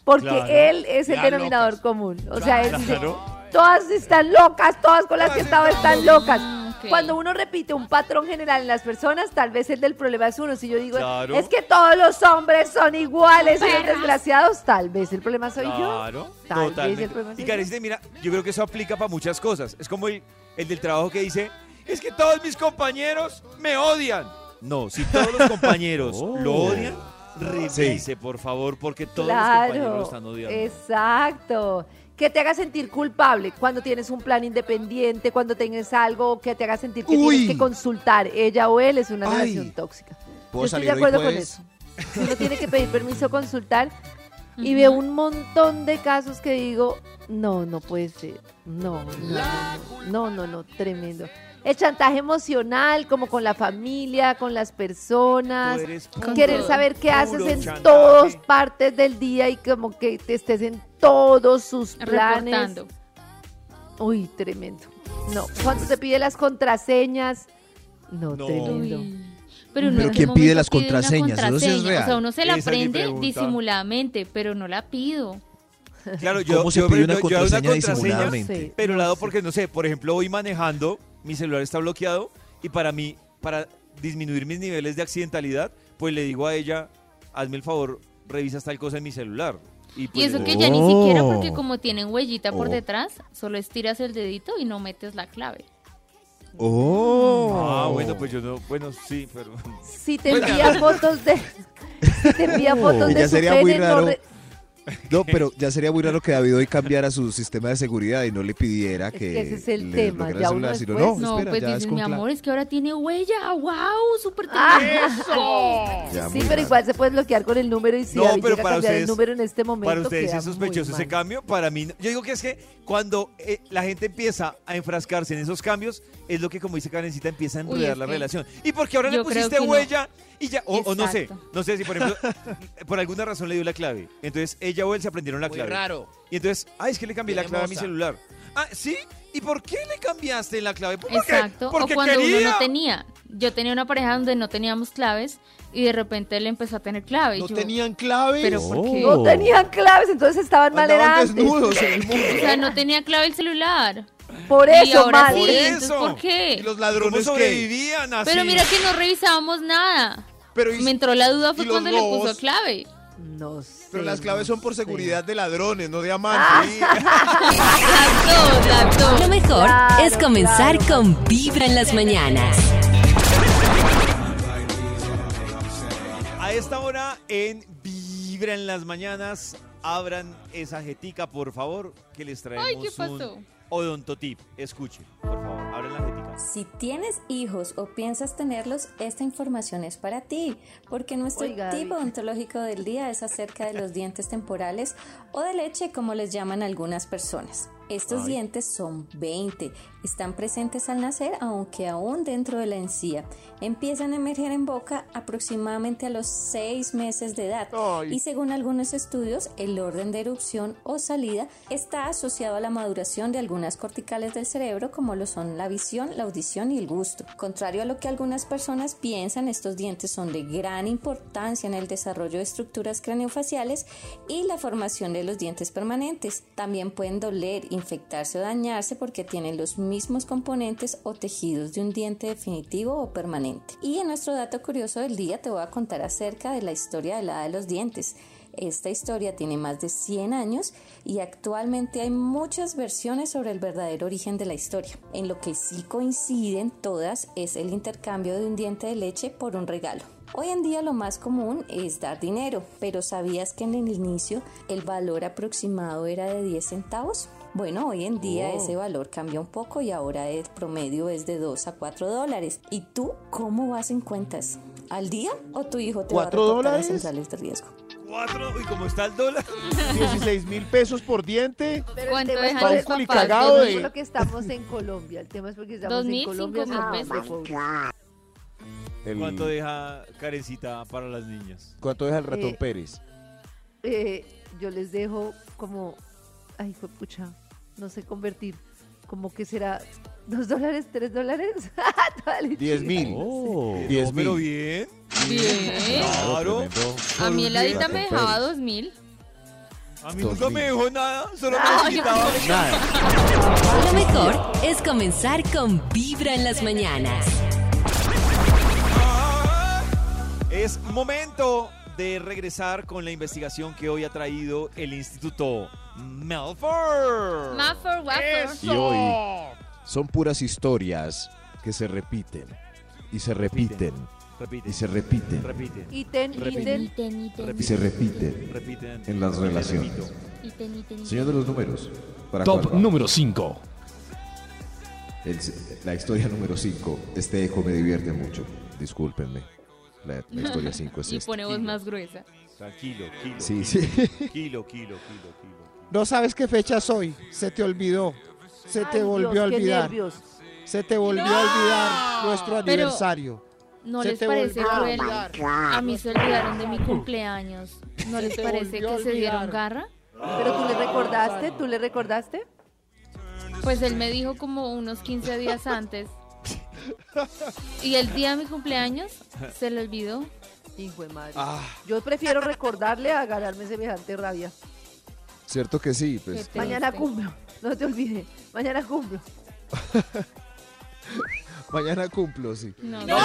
Speaker 4: porque
Speaker 2: Claro.
Speaker 4: él es el
Speaker 6: Ya
Speaker 4: denominador
Speaker 6: locas.
Speaker 4: común. O sea, él dice,
Speaker 2: Claro.
Speaker 4: todas están locas, todas con las que estaba están locas. Mm,
Speaker 5: Ah, ok.
Speaker 4: Cuando uno repite un patrón general en las personas, tal vez el del problema es uno. Si yo digo,
Speaker 2: Claro.
Speaker 4: es que todos los hombres son iguales, son
Speaker 5: Perras.
Speaker 4: desgraciados, tal vez el problema soy yo.
Speaker 2: Claro,
Speaker 4: Tal vez el
Speaker 2: totalmente.
Speaker 4: problema
Speaker 2: Y
Speaker 4: soy
Speaker 2: Karencita, mira, yo creo que eso aplica para muchas cosas. Es como el, el del trabajo que dice, es que todos mis compañeros me odian. No, si todos los
Speaker 4: *laughs*
Speaker 2: compañeros
Speaker 3: Oh.
Speaker 2: lo odian, revise, por favor, porque todos los compañeros lo
Speaker 4: Claro.
Speaker 2: están odiando.
Speaker 4: Exacto. Que te haga sentir culpable cuando tienes un plan independiente, cuando tienes algo que te haga sentir que
Speaker 9: Uy.
Speaker 4: tienes que consultar ella o él, es una
Speaker 9: Ay.
Speaker 4: relación tóxica.
Speaker 9: ¿Puedo
Speaker 4: Yo estoy
Speaker 9: salir
Speaker 4: de
Speaker 9: hoy pues?
Speaker 4: acuerdo con
Speaker 9: jueves?
Speaker 4: eso. Si uno tiene que pedir permiso, consultar. Y
Speaker 5: Ujú.
Speaker 4: veo un montón de casos que digo, no, no puede ser. No, no, no, no, no, no, tremendo. El chantaje emocional, como con la familia, con las personas.
Speaker 2: Tú eres
Speaker 5: Con
Speaker 4: Querer
Speaker 5: todo.
Speaker 4: saber qué
Speaker 2: Puro
Speaker 4: haces en
Speaker 2: chantaje.
Speaker 4: todas partes del día y como que te estés en todos sus planes.
Speaker 5: Reportando.
Speaker 4: Uy, tremendo. No, cuando te pide las contraseñas. No,
Speaker 2: No.
Speaker 4: tremendo.
Speaker 5: Uy. Pero, uno
Speaker 7: Pero
Speaker 5: en ese
Speaker 7: ¿quién
Speaker 5: momento
Speaker 7: pide las
Speaker 5: pide una
Speaker 7: contraseñas? Eso sí es
Speaker 5: contraseña.
Speaker 7: real.
Speaker 5: O sea, uno se la
Speaker 2: Esa es mi
Speaker 5: aprende
Speaker 2: pregunta.
Speaker 5: disimuladamente, pero no la pido.
Speaker 2: Claro, yo,
Speaker 7: ¿Cómo se
Speaker 2: yo-
Speaker 7: pide
Speaker 2: yo-
Speaker 7: una
Speaker 2: yo hago
Speaker 7: contraseña
Speaker 4: No
Speaker 7: disimuladamente?
Speaker 4: sé,
Speaker 2: Pero la
Speaker 4: no
Speaker 2: hago
Speaker 4: sé.
Speaker 2: porque, no sé, por ejemplo, voy manejando, mi celular está bloqueado y para mí, para disminuir mis niveles de accidentalidad, pues le digo a ella, hazme el favor, revisas tal cosa en mi celular. Y,
Speaker 5: Y
Speaker 2: pues,
Speaker 5: eso
Speaker 2: le
Speaker 5: que
Speaker 2: doy.
Speaker 5: ya ni siquiera,
Speaker 7: Oh.
Speaker 5: porque como tienen huellita por
Speaker 3: Oh.
Speaker 5: detrás, solo estiras el dedito y no metes la clave.
Speaker 7: ¡Oh!
Speaker 2: Ah, bueno, pues yo no, bueno, sí, pero...
Speaker 4: Si te envía fotos de. Si te envía fotos
Speaker 7: Y
Speaker 4: de
Speaker 7: ya
Speaker 4: su
Speaker 7: sería
Speaker 4: pene,
Speaker 7: muy
Speaker 4: no
Speaker 7: raro
Speaker 4: re-
Speaker 7: No, pero ya sería muy raro que David hoy cambiara su sistema de seguridad y no le pidiera
Speaker 4: Es
Speaker 7: que,
Speaker 4: que ese es el
Speaker 7: le
Speaker 4: tema,
Speaker 7: bloqueara
Speaker 4: ya
Speaker 7: el
Speaker 4: uno
Speaker 7: celular, sino,
Speaker 4: después-
Speaker 7: no,
Speaker 5: No,
Speaker 7: Oh, espera,
Speaker 5: pues
Speaker 7: ya es
Speaker 5: dices,
Speaker 7: con
Speaker 5: mi
Speaker 7: cla-
Speaker 5: amor, es que ahora tiene huella. ¡Wow! ¡Súper
Speaker 4: Ah.
Speaker 5: tecnológico.
Speaker 7: ya,
Speaker 4: Sí,
Speaker 7: muy
Speaker 4: pero
Speaker 7: raro.
Speaker 4: igual se puede bloquear con el número y si
Speaker 2: No,
Speaker 4: David
Speaker 2: pero
Speaker 4: llega a
Speaker 2: para
Speaker 4: cambiar el
Speaker 2: ustedes-
Speaker 4: número en este momento.
Speaker 2: Para ustedes
Speaker 4: queda
Speaker 2: es
Speaker 4: muy
Speaker 2: sospechoso ese
Speaker 4: mal.
Speaker 2: cambio, para mí no. Yo digo que es que cuando eh, la gente empieza a enfrascarse en esos cambios, es lo que como dice Karencita, empieza a
Speaker 5: Uy,
Speaker 2: enredar
Speaker 5: es
Speaker 2: la
Speaker 5: que
Speaker 2: relación. Y porque ahora le
Speaker 5: yo creo
Speaker 2: pusiste
Speaker 5: que no.
Speaker 2: huella y ya, o, o no sé,
Speaker 5: Exacto.
Speaker 2: no sé si por
Speaker 5: *laughs*
Speaker 2: ejemplo, por alguna razón le dio la clave. Entonces ella o él se aprendieron la
Speaker 6: Muy
Speaker 2: clave.
Speaker 6: raro.
Speaker 2: Y entonces, ay, es que le cambié la clave a mi
Speaker 6: Hermosa.
Speaker 2: celular. Ah, ¿sí? ¿Y por qué le cambiaste la clave? ¿Por qué?
Speaker 5: *laughs* Exacto. O
Speaker 2: Porque
Speaker 5: cuando
Speaker 2: quería.
Speaker 5: uno no tenía. Yo tenía una pareja donde no teníamos claves y de repente él empezó a tener clave. y
Speaker 6: No
Speaker 5: yo,
Speaker 6: tenían clave.
Speaker 5: Pero ¿por qué?
Speaker 4: No
Speaker 3: Oh.
Speaker 4: tenían claves, entonces estaban mal era
Speaker 3: Andaban
Speaker 4: antes.
Speaker 3: desnudos en
Speaker 4: *laughs*
Speaker 3: el mundo.
Speaker 5: O sea, no tenía clave el celular.
Speaker 4: Por
Speaker 5: y
Speaker 4: eso,
Speaker 5: ahora
Speaker 4: mal.
Speaker 5: sí.
Speaker 2: Por
Speaker 5: entonces,
Speaker 2: eso.
Speaker 5: ¿por qué?
Speaker 2: ¿Y los ladrones
Speaker 3: ¿Cómo
Speaker 2: sobrevivían así?
Speaker 5: Pero mira que no revisábamos nada.
Speaker 3: Pero, y-
Speaker 5: Me entró la duda
Speaker 3: y
Speaker 5: fue
Speaker 3: los
Speaker 5: cuando le puso
Speaker 3: lobos.
Speaker 5: clave.
Speaker 4: No sé.
Speaker 3: pero las claves son por
Speaker 4: no sé.
Speaker 3: seguridad de ladrones, no
Speaker 4: Ah,
Speaker 3: de amantes.
Speaker 5: Exacto, exacto.
Speaker 1: Lo mejor
Speaker 4: Claro,
Speaker 1: es comenzar
Speaker 4: claro.
Speaker 1: con Vibra en las mañanas.
Speaker 2: A esta hora en Vibra en las mañanas abran esa jetica, por favor, que les traemos
Speaker 5: Ay, ¿qué pasó?
Speaker 2: un odontotip. Escuchen, por favor, abran la jetica.
Speaker 10: Si tienes hijos o piensas tenerlos, esta información es para ti, porque nuestro
Speaker 4: Oiga,
Speaker 10: tip
Speaker 4: David.
Speaker 10: odontológico del día es acerca de los dientes temporales o de leche, como les llaman algunas personas. Estos dientes son 20, están presentes al nacer, aunque aún dentro de la encía. Empiezan a emerger en boca aproximadamente a los 6 meses de edad
Speaker 6: Ay.
Speaker 10: y según algunos estudios, el orden de erupción o salida está asociado a la maduración de algunas corticales del cerebro como lo son la visión, la audición y el gusto. Contrario a lo que algunas personas piensan, estos dientes son de gran importancia en el desarrollo de estructuras craneofaciales y la formación de los dientes permanentes. También pueden doler, infectarse o dañarse porque tienen los mismos componentes o tejidos de un diente definitivo o permanente. Y en nuestro dato curioso del día te voy a contar acerca de la historia de la edad de los dientes. Esta historia tiene más de 100 años y actualmente hay muchas versiones sobre el verdadero origen de la historia. En lo que sí coinciden todas es el intercambio de un diente de leche por un regalo. Hoy en día lo más común es dar dinero, pero ¿sabías que en el inicio el valor aproximado era de 10 centavos? Bueno, hoy en día
Speaker 6: Oh.
Speaker 10: ese valor cambió un poco y ahora el promedio es de 2 a 4 dólares. ¿Y tú cómo vas en cuentas? ¿Al día o tu hijo te va a
Speaker 6: ¿Cuatro
Speaker 10: reportar a
Speaker 6: dólares?
Speaker 10: centrales de riesgo?
Speaker 2: Cuatro, uy, ¿cómo está el dólar?
Speaker 6: 16 mil pesos por diente.
Speaker 4: Pero el
Speaker 5: ¿Cuánto
Speaker 4: tema es
Speaker 5: dejan
Speaker 4: por-
Speaker 5: los
Speaker 6: Parezco ni
Speaker 5: papás?
Speaker 6: cagado
Speaker 4: no
Speaker 6: de-
Speaker 4: es por lo que estamos en Colombia. El tema es porque estamos
Speaker 5: Dos mil,
Speaker 4: en Colombia.
Speaker 5: cinco mil
Speaker 4: somos muy
Speaker 6: Ah,
Speaker 4: pobres.
Speaker 9: El-
Speaker 2: ¿Cuánto deja Karencita para las niñas?
Speaker 9: ¿Cuánto deja el ratón
Speaker 4: Eh,
Speaker 9: Pérez?
Speaker 4: Eh, yo les dejo como, ay, fue pucha, no sé convertir. Como que será dos dólares, tres dólares. *laughs* Toda la
Speaker 9: Diez
Speaker 4: chica.
Speaker 9: mil.
Speaker 2: Eh,
Speaker 9: Diez
Speaker 2: no, pero
Speaker 9: mil.
Speaker 2: bien.
Speaker 5: Bien.
Speaker 2: Claro.
Speaker 9: tremendo.
Speaker 5: A mí el
Speaker 9: Ratón
Speaker 5: adita me dejaba
Speaker 9: Pérez.
Speaker 5: dos mil.
Speaker 2: A mí
Speaker 9: Dos
Speaker 2: nunca
Speaker 9: mil.
Speaker 2: me dejó nada, solo
Speaker 5: Ah,
Speaker 2: me
Speaker 5: yo-
Speaker 2: quitaba.
Speaker 9: Nada.
Speaker 1: Lo mejor es comenzar con Vibra en las mañanas.
Speaker 2: Es momento de regresar con la investigación que hoy ha traído el Instituto Melford.
Speaker 5: Maffer, wafer.
Speaker 9: Y hoy son puras historias que se repiten y se repiten
Speaker 2: Repite.
Speaker 3: Y se repiten.
Speaker 2: Repite.
Speaker 4: Ítem, ítem.
Speaker 5: Iten, iten,
Speaker 3: Y se repiten
Speaker 2: Repite.
Speaker 3: en las relaciones.
Speaker 5: iten, iten,
Speaker 3: Señor de los números. ¿para
Speaker 8: Top
Speaker 3: cuál va?
Speaker 8: número 5.
Speaker 3: El- la historia número 5. Este eco me divierte mucho. Discúlpenme. La, la historia 5 pues es
Speaker 5: Y
Speaker 3: esta.
Speaker 5: pone voz más gruesa.
Speaker 2: Tranquilo, kilo.
Speaker 3: Sí,
Speaker 2: kilo,
Speaker 3: sí.
Speaker 2: Kilo, kilo, kilo, kilo.
Speaker 6: No sabes qué fecha soy. Se te olvidó. Se
Speaker 4: Ay,
Speaker 6: te volvió
Speaker 4: Dios,
Speaker 6: a
Speaker 4: qué
Speaker 6: olvidar.
Speaker 4: nervios.
Speaker 6: Se te volvió a olvidar nuestro
Speaker 5: Pero-
Speaker 6: aniversario.
Speaker 5: ¿No
Speaker 6: Se
Speaker 5: les
Speaker 6: te
Speaker 5: parece
Speaker 6: volvió a
Speaker 5: cruel?
Speaker 6: olvidar.
Speaker 5: A mí se olvidaron de mi cumpleaños. ¿No les
Speaker 6: te
Speaker 5: parece
Speaker 6: volvió a
Speaker 5: que se dieron
Speaker 6: olvidar.
Speaker 5: garra?
Speaker 4: Pero tú le recordaste, tú le recordaste.
Speaker 5: Pues él me dijo como unos 15
Speaker 2: *laughs*
Speaker 5: días antes. Y el día de mi cumpleaños se le olvidó.
Speaker 4: Hijo de madre.
Speaker 2: Ah.
Speaker 4: Yo prefiero recordarle a ganarme semejante rabia.
Speaker 3: Cierto que sí.
Speaker 5: Qué
Speaker 3: Pues,
Speaker 5: triste.
Speaker 4: Mañana cumplo, no te olvides. Mañana cumplo.
Speaker 3: mañana cumplo, sí.
Speaker 5: No,
Speaker 2: No,
Speaker 5: no,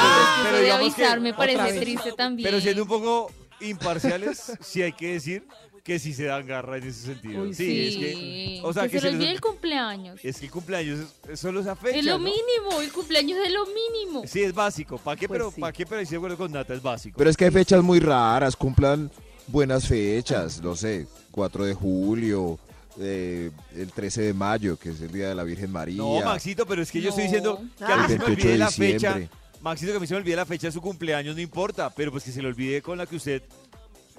Speaker 2: pero
Speaker 5: de
Speaker 2: digamos que
Speaker 5: avisar me
Speaker 2: otra
Speaker 5: parece
Speaker 2: vez.
Speaker 5: triste también.
Speaker 2: Pero siendo un poco imparciales, sí hay que decir que sí se dan garra en ese sentido.
Speaker 4: Uy,
Speaker 2: sí, es que. O sea, que,
Speaker 5: se le
Speaker 2: les-
Speaker 5: olvide el cumpleaños.
Speaker 2: Es que el cumpleaños es- solo se afecta.
Speaker 5: Es lo mínimo, el cumpleaños es lo mínimo.
Speaker 2: Sí, es básico. ¿Para qué?
Speaker 4: Pues
Speaker 2: pero,
Speaker 4: sí.
Speaker 2: ¿Para qué? Pero estoy de acuerdo con Nata, es básico.
Speaker 3: Pero es que hay fechas muy raras, cumplan buenas fechas, no sé, 4 de julio, eh, el 13 de mayo, que es el Día de la Virgen María.
Speaker 2: no, Maxito, pero es que yo estoy
Speaker 5: No.
Speaker 2: diciendo que a
Speaker 4: Ah.
Speaker 2: mí se
Speaker 3: el
Speaker 2: me
Speaker 3: 28 de
Speaker 2: olvide la fecha.
Speaker 3: diciembre.
Speaker 2: Maxito, que a mí se me olvide la fecha de su cumpleaños, no importa. Pero pues que se le olvide con la que usted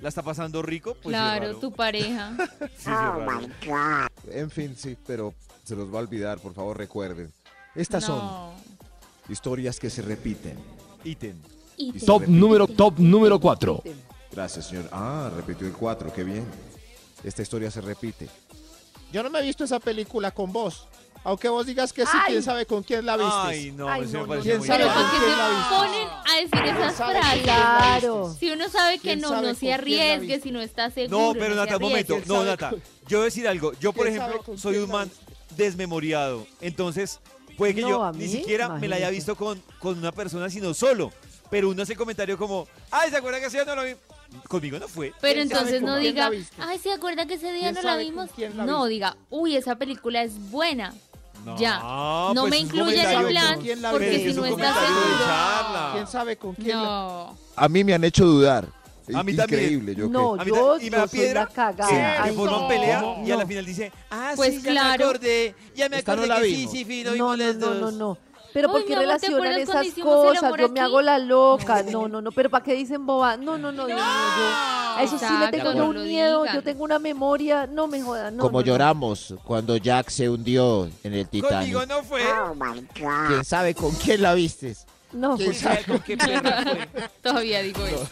Speaker 2: la está pasando rico, pues sí es
Speaker 5: claro,
Speaker 2: raro. *laughs*
Speaker 5: tu pareja.
Speaker 2: Sí, sí es raro.
Speaker 3: En fin, sí, pero se los va a olvidar, por favor recuerden. Estas son
Speaker 5: no.
Speaker 3: historias que se repiten.
Speaker 2: Ítem.
Speaker 5: Y te-
Speaker 8: Top número, top número 4.
Speaker 3: Gracias, señor. Ah, repitió el 4, qué bien. Esta historia se repite.
Speaker 6: Yo no me he visto esa película con vos. Aunque vos digas que sí, quién sabe con quién la
Speaker 3: Ah,
Speaker 6: viste.
Speaker 2: Ay, no,
Speaker 4: Ay,
Speaker 2: eso
Speaker 4: no,
Speaker 2: me
Speaker 4: no,
Speaker 2: parece
Speaker 6: ¿Quién
Speaker 2: muy
Speaker 5: Pero
Speaker 6: sabe
Speaker 2: raro.
Speaker 5: ¿por qué
Speaker 6: quién la viste?
Speaker 5: se ponen a decir esas
Speaker 6: sabe quién
Speaker 5: frases?
Speaker 6: la
Speaker 4: Claro.
Speaker 6: viste?
Speaker 5: Si uno sabe que
Speaker 6: ¿Quién
Speaker 5: no,
Speaker 6: sabe
Speaker 5: no
Speaker 6: con
Speaker 5: se
Speaker 6: quién la
Speaker 5: arriesgue,
Speaker 6: viste?
Speaker 5: si no está seguro.
Speaker 2: No, pero
Speaker 5: no se
Speaker 2: Nata, un
Speaker 5: arriesgue.
Speaker 2: momento.
Speaker 6: ¿Quién
Speaker 2: No,
Speaker 6: sabe
Speaker 2: Nata.
Speaker 6: con-
Speaker 2: Yo voy a decir algo. Yo, por
Speaker 6: ¿Quién sabe
Speaker 2: ejemplo,
Speaker 6: con
Speaker 2: soy
Speaker 6: quién
Speaker 2: un
Speaker 6: la
Speaker 2: man
Speaker 6: viste?
Speaker 2: desmemoriado. Entonces, puede que
Speaker 4: No,
Speaker 2: yo
Speaker 4: a
Speaker 2: ni
Speaker 4: mí,
Speaker 2: siquiera me la haya
Speaker 4: imagínate.
Speaker 2: visto con, con una persona, sino solo. Pero uno hace comentario como, ay, ¿se acuerda que hacía no lo vi? Conmigo no fue.
Speaker 5: Pero
Speaker 6: ¿Quién sabe
Speaker 5: entonces
Speaker 6: con
Speaker 5: no
Speaker 6: quién
Speaker 5: diga,
Speaker 6: la viste?
Speaker 5: ay, ¿se acuerda que ese día
Speaker 6: ¿Quién
Speaker 5: no la
Speaker 6: sabe con
Speaker 5: vimos?
Speaker 6: quién la
Speaker 5: no,
Speaker 6: viste?
Speaker 5: diga, uy, esa película es buena. Ya.
Speaker 2: Ah,
Speaker 5: No
Speaker 2: pues
Speaker 5: me
Speaker 2: es un
Speaker 5: incluya en el
Speaker 2: comentario
Speaker 5: plan,
Speaker 2: con-
Speaker 6: ¿Quién la
Speaker 5: porque
Speaker 6: viste?
Speaker 5: si
Speaker 2: es un
Speaker 5: no está
Speaker 2: comentario de
Speaker 5: seguro.
Speaker 2: charla.
Speaker 6: ¿Quién sabe con quién la
Speaker 5: No.
Speaker 3: A mí me han hecho dudar.
Speaker 2: A mí también.
Speaker 3: Increíble, yo
Speaker 4: No,
Speaker 3: qué.
Speaker 2: A mí
Speaker 4: yo,
Speaker 2: ta- y me da
Speaker 4: yo soy
Speaker 2: piedra
Speaker 4: la cagada.
Speaker 2: que-
Speaker 4: Ay,
Speaker 2: que forman
Speaker 4: no.
Speaker 2: pelea y a la
Speaker 4: No.
Speaker 2: final dice, ah,
Speaker 5: Pues
Speaker 2: sí, ya me
Speaker 5: claro.
Speaker 2: acordé, ya me
Speaker 6: Esta no
Speaker 2: acordé
Speaker 6: la
Speaker 2: que sí,
Speaker 6: vimos.
Speaker 2: sí, sí, no
Speaker 4: No,
Speaker 2: vimos
Speaker 4: no,
Speaker 2: las
Speaker 4: no,
Speaker 2: dos.
Speaker 4: no, no. Pero
Speaker 5: Uy,
Speaker 4: porque
Speaker 5: mi amor, ¿te
Speaker 4: relacionan
Speaker 5: acuerdas
Speaker 4: esas
Speaker 5: cuando hicimos el
Speaker 4: cosas,
Speaker 5: amor
Speaker 4: yo me
Speaker 5: aquí?
Speaker 4: hago la loca. No, no, no, pero ¿para qué dicen boba? No, no, no, Dios mío, yo- A eso sí le
Speaker 5: Exacto,
Speaker 4: tengo
Speaker 5: no
Speaker 4: yo un
Speaker 5: lo
Speaker 4: miedo,
Speaker 5: digan.
Speaker 4: yo tengo una memoria, no me jodan. No,
Speaker 11: Como
Speaker 4: no, no.
Speaker 11: lloramos cuando Jack se hundió en el
Speaker 2: Conmigo
Speaker 11: Titanic.
Speaker 2: no fue.
Speaker 4: Ah.
Speaker 11: ¿Quién sabe con quién la vistes?
Speaker 4: No,
Speaker 2: ¿Quién
Speaker 4: pues,
Speaker 2: sabe con qué perro
Speaker 4: *laughs*
Speaker 2: fue?
Speaker 5: Todavía digo eso.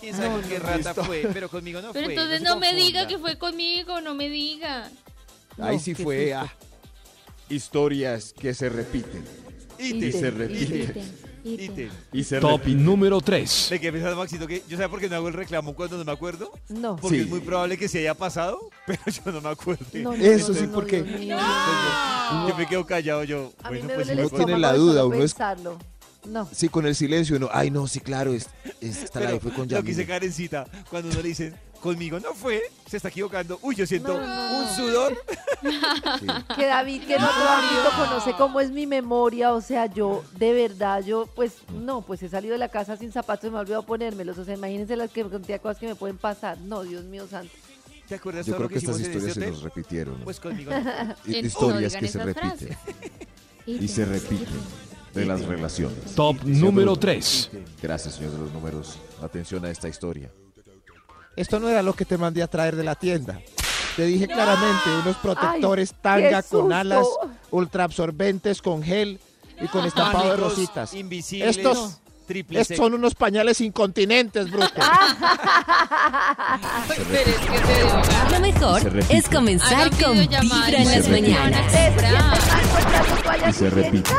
Speaker 2: ¿Quién sabe con qué rata fue? Pero conmigo no fue.
Speaker 5: Pero entonces
Speaker 2: se
Speaker 5: no me diga
Speaker 2: confunda.
Speaker 5: que fue conmigo, no me diga.
Speaker 3: Ahí
Speaker 4: No,
Speaker 3: sí
Speaker 4: qué
Speaker 3: fue. ah, historias que se repiten.
Speaker 2: Ítem,
Speaker 3: Y se
Speaker 2: ítem,
Speaker 5: *laughs*
Speaker 3: repite.
Speaker 2: ítem.
Speaker 3: Y se
Speaker 8: Top
Speaker 3: repiten.
Speaker 8: número 3.
Speaker 2: ¿De qué pensás, Maxito? que ¿Yo sabía por qué no hago el reclamo cuando no me acuerdo?
Speaker 4: no.
Speaker 2: Porque
Speaker 3: Sí.
Speaker 2: es muy probable que se haya pasado, *laughs* pero yo no me acuerdo.
Speaker 4: No, no,
Speaker 3: Eso
Speaker 4: no,
Speaker 3: sí,
Speaker 4: no,
Speaker 3: porque- Pues,
Speaker 4: Dios mío.
Speaker 2: Yo me quedo callado yo.
Speaker 4: A mí
Speaker 2: bueno,
Speaker 4: me
Speaker 2: pues
Speaker 4: duele
Speaker 2: sí
Speaker 4: el
Speaker 2: me
Speaker 3: uno
Speaker 4: estómago
Speaker 2: acuerdo.
Speaker 3: tiene la
Speaker 4: de
Speaker 3: duda,
Speaker 4: solo
Speaker 3: uno es-
Speaker 4: pensarlo. No.
Speaker 3: Sí, con el silencio uno, ay no, sí, claro, es- esta la
Speaker 2: Pero
Speaker 3: vi fue con
Speaker 2: Lo que dice
Speaker 3: Yamil.
Speaker 2: Karencita, cuando uno le dicen, conmigo no fue, se está equivocando. Uy, yo siento
Speaker 4: No, no,
Speaker 2: un
Speaker 4: no.
Speaker 2: sudor.
Speaker 4: que David, que en otro ámbito conoce cómo es mi memoria, o sea, yo de verdad, yo pues no, pues he salido de la casa sin zapatos, me he olvidado ponérmelos, o sea, imagínense las que cantidad de cosas que me pueden pasar, no, Dios mío santo.
Speaker 2: ¿Te acuerdas
Speaker 3: Yo
Speaker 2: todo
Speaker 3: creo
Speaker 2: lo
Speaker 3: que
Speaker 2: que
Speaker 3: estas
Speaker 2: hicimos en este
Speaker 3: historias se
Speaker 2: hotel?
Speaker 3: nos repitieron. ¿no?
Speaker 2: Pues
Speaker 4: *laughs*
Speaker 2: conmigo no.
Speaker 3: Y-
Speaker 5: No
Speaker 3: historias que
Speaker 5: digan
Speaker 3: se
Speaker 5: esas
Speaker 3: repiten.
Speaker 5: frases.
Speaker 3: Y se repiten de las relaciones.
Speaker 8: Top número 3.
Speaker 3: Gracias, señor de los números. Atención a esta historia.
Speaker 11: Esto no era lo que te mandé a traer de la tienda. Te dije claramente, unos protectores
Speaker 4: Ay, qué
Speaker 11: tanga con
Speaker 4: susto.
Speaker 11: alas, ultraabsorbentes con gel y con estampado de
Speaker 2: Pánicos,
Speaker 11: rositas.
Speaker 2: Invisibles.
Speaker 11: Estos-
Speaker 2: triples.
Speaker 11: Estos son unos pañales incontinentes, bruto.
Speaker 4: Ah.
Speaker 1: Lo mejor
Speaker 3: Se repite.
Speaker 1: es comenzar
Speaker 5: Hagan
Speaker 1: con
Speaker 5: videollamada y
Speaker 1: Vibra en
Speaker 3: se
Speaker 1: las
Speaker 3: repite.
Speaker 1: mañanas.
Speaker 4: pues,
Speaker 3: Y se repite.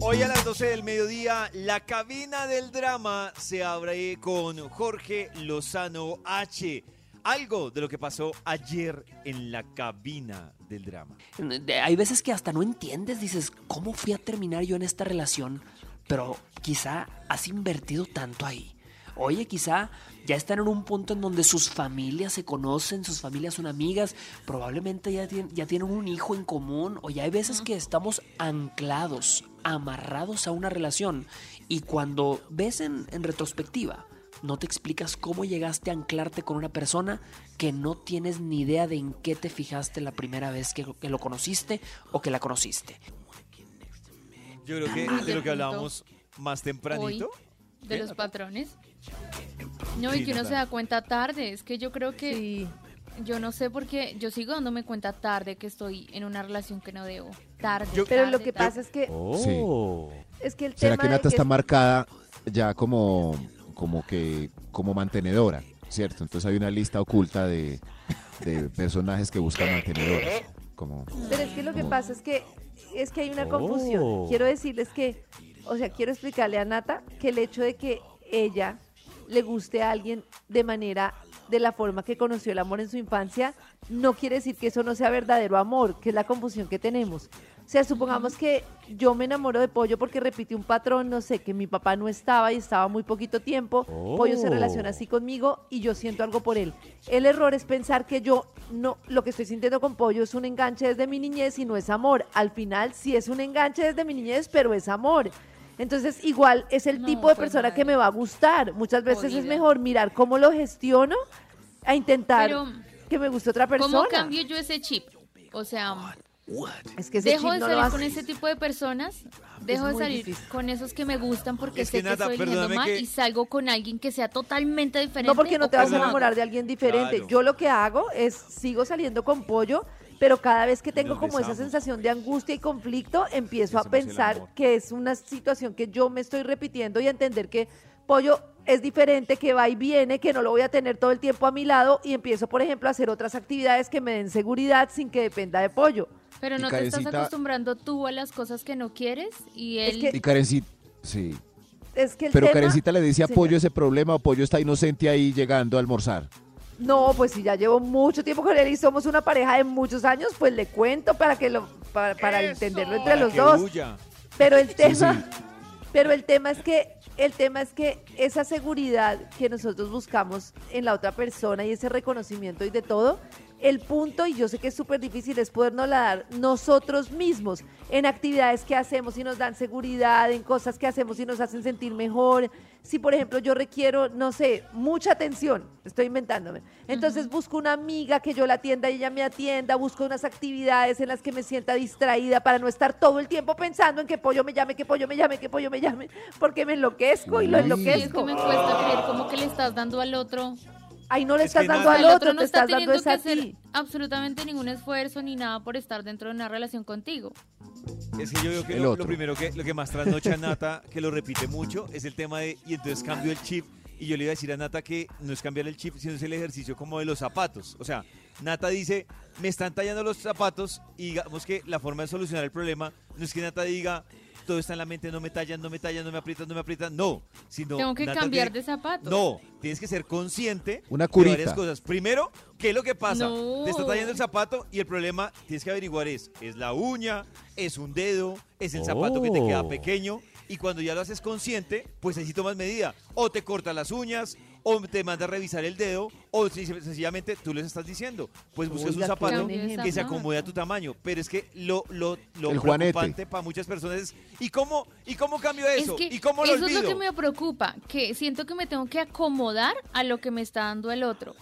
Speaker 2: Hoy a las 12 del mediodía, la cabina del drama se abre con Jorge Lozano H. Algo de lo que pasó ayer en la cabina del drama.
Speaker 12: De- Hay veces que hasta no entiendes, dices, ¿cómo fui a terminar yo en esta relación? Pero quizá has invertido tanto ahí. Oye, quizá ya están en un punto en donde sus familias se conocen, sus familias son amigas, probablemente ya, tien- ya tienen un hijo en común, o ya hay veces que estamos anclados, amarrados a una relación, y cuando ves en- en retrospectiva, no te explicas cómo llegaste a anclarte con una persona que no tienes ni idea de en qué te fijaste la primera vez que, que lo conociste o que la conociste.
Speaker 2: Yo creo que
Speaker 4: Ah,
Speaker 5: Ay,
Speaker 2: de
Speaker 5: de
Speaker 2: lo que
Speaker 5: pronto.
Speaker 2: hablábamos más tempranito.
Speaker 5: De los patrones. No, y
Speaker 2: Sí,
Speaker 5: que uno
Speaker 2: total.
Speaker 5: se da cuenta tarde. Es que yo creo que
Speaker 4: Sí.
Speaker 5: yo no sé por qué. Yo sigo dándome cuenta tarde que estoy en una relación que no debo. Tarde.
Speaker 2: Yo-
Speaker 4: Pero
Speaker 5: tarde,
Speaker 4: lo que
Speaker 5: tarde.
Speaker 4: pasa es que
Speaker 9: Sí.
Speaker 4: es que el
Speaker 9: ¿Será
Speaker 4: tema
Speaker 9: que
Speaker 4: de
Speaker 9: Nata
Speaker 4: que
Speaker 9: está
Speaker 4: es-
Speaker 9: marcada ya como, como que como mantenedora, cierto? Entonces hay una lista oculta de, de personajes que buscan mantenedoras. Como,
Speaker 4: Pero es que lo que
Speaker 9: como-
Speaker 4: pasa es que es que hay una confusión. Quiero decirles que, o sea, quiero explicarle a Nata que el hecho de que ella le guste a alguien de manera de la forma que conoció el amor en su infancia, no quiere decir que eso no sea verdadero amor, que es la confusión que tenemos. O sea, supongamos que yo me enamoro de Pollo porque repite un patrón, no sé, que mi papá no estaba y estaba muy poquito tiempo. Pollo se relaciona así conmigo y yo siento algo por él. El error es pensar que yo no, lo que estoy sintiendo con Pollo es un enganche desde mi niñez y no es amor. Al final sí es un enganche desde mi niñez, pero es amor. Entonces, igual es el
Speaker 5: No,
Speaker 4: tipo de
Speaker 5: pues,
Speaker 4: persona que
Speaker 5: madre.
Speaker 4: me va a gustar. Muchas veces es
Speaker 5: Jodida.
Speaker 4: mejor mirar cómo lo gestiono a intentar
Speaker 5: Pero,
Speaker 4: que me guste otra persona.
Speaker 5: ¿Cómo cambio yo ese chip? O sea,
Speaker 4: Es que ese
Speaker 5: dejo
Speaker 4: chip
Speaker 5: de
Speaker 4: no lo
Speaker 5: salir
Speaker 4: hace.
Speaker 5: con ese tipo de personas, dejo de
Speaker 4: muy
Speaker 5: salir
Speaker 4: difícil.
Speaker 5: con esos que me gustan porque
Speaker 2: Es que
Speaker 5: sé que,
Speaker 2: nada,
Speaker 5: estoy eligiendo
Speaker 2: perdóname
Speaker 5: mal
Speaker 2: que-
Speaker 5: y salgo con alguien que sea totalmente diferente.
Speaker 4: No porque no
Speaker 5: o
Speaker 4: te vas a
Speaker 5: cómo hago.
Speaker 4: enamorar de alguien diferente.
Speaker 2: Claro.
Speaker 4: Yo lo que hago es sigo saliendo con pollo, pero cada vez que tengo
Speaker 2: nos
Speaker 4: como esa
Speaker 2: besamos.
Speaker 4: sensación de angustia y conflicto, empiezo a
Speaker 3: Hacemos el
Speaker 4: pensar
Speaker 3: amor.
Speaker 4: que es una situación que yo me estoy repitiendo y a entender que pollo es diferente, que va y viene, que no lo voy a tener todo el tiempo a mi lado y empiezo, por ejemplo, a hacer otras actividades que me den seguridad sin que dependa de pollo.
Speaker 5: Pero
Speaker 9: Y
Speaker 5: no te estás
Speaker 9: Karencita-
Speaker 5: acostumbrando tú a las cosas que no quieres y
Speaker 4: Es
Speaker 5: él...
Speaker 4: que-
Speaker 9: Y Karencita, sí.
Speaker 4: Es que el
Speaker 9: Pero
Speaker 4: tema-
Speaker 9: Karencita le dice a
Speaker 4: Señor.
Speaker 9: Pollo ese problema, o Pollo está inocente ahí llegando a almorzar.
Speaker 4: No, pues si ya llevo mucho tiempo con él y somos una pareja de muchos años, pues le cuento para que lo para, para entenderlo entre
Speaker 2: Para
Speaker 4: los
Speaker 2: que
Speaker 4: dos.
Speaker 2: huya.
Speaker 4: Pero el tema, pero el tema es que el tema es que esa seguridad que nosotros buscamos en la otra persona y ese reconocimiento y de todo, el punto, y yo sé que es súper difícil, es podernos dar nosotros mismos en actividades que hacemos y nos dan seguridad, en cosas que hacemos y nos hacen sentir mejor. si, por ejemplo, yo requiero, no sé, mucha atención, estoy inventándome. Entonces busco una amiga que yo la atienda y ella me atienda, busco unas actividades en las que me sienta distraída para no estar todo el tiempo pensando en que pollo me llame, que pollo me llame, que pollo me llame, porque me enloquezco y lo
Speaker 5: Ay, Es que
Speaker 4: enloquezco.
Speaker 5: me cuesta creer como que le estás dando al otro.
Speaker 4: Ahí no le
Speaker 2: Es
Speaker 4: estás
Speaker 2: que
Speaker 4: dando
Speaker 2: nada-
Speaker 4: al
Speaker 5: El
Speaker 4: otro,
Speaker 5: no
Speaker 4: te
Speaker 5: está
Speaker 4: estás dando
Speaker 5: teniendo que
Speaker 4: esa a
Speaker 5: hacer
Speaker 4: ti.
Speaker 5: absolutamente ningún esfuerzo ni nada por estar dentro de una relación contigo.
Speaker 2: Es que yo veo que
Speaker 9: El
Speaker 2: lo, lo
Speaker 9: otro.
Speaker 2: primero que, lo que más trasnocha a Nata, que lo repite mucho, es el tema de, y entonces cambio el chip. Y yo le iba a decir a Nata que no es cambiar el chip, sino es el ejercicio como de los zapatos. O sea, Nata dice, me están tallando los zapatos y digamos que la forma de solucionar el problema no es que Nata diga, todo está en la mente, no me tallan, no me tallan, no me aprietan, no me aprietan. No, sino...
Speaker 5: Tengo que
Speaker 2: Nata
Speaker 5: cambiar
Speaker 2: tiene-
Speaker 5: de zapatos.
Speaker 2: No, tienes que ser consciente
Speaker 9: Una
Speaker 2: de varias
Speaker 9: curita.
Speaker 2: cosas. Primero, ¿qué es lo que pasa?
Speaker 5: No.
Speaker 2: Te está tallando el zapato y el problema tienes que averiguar es, es la uña, es un dedo, es el zapato que te queda
Speaker 11: Oh.
Speaker 2: pequeño y cuando ya lo haces consciente, pues ahí sí tomas medida. O te cortas las uñas, o te manda a revisar el dedo, o si- sencillamente tú les estás diciendo, pues buscas un
Speaker 9: Oiga, qué
Speaker 2: zapato
Speaker 5: buen ejemplo.
Speaker 2: que se acomode a tu tamaño. Pero es que lo, lo, lo
Speaker 9: El Juanete.
Speaker 2: preocupante para muchas personas es, ¿y cómo, y cómo cambio eso?
Speaker 5: Es que
Speaker 2: ¿Y cómo lo
Speaker 5: eso
Speaker 2: olvido?
Speaker 5: es lo que me preocupa, que siento que me tengo que acomodar a lo que me está dando el otro.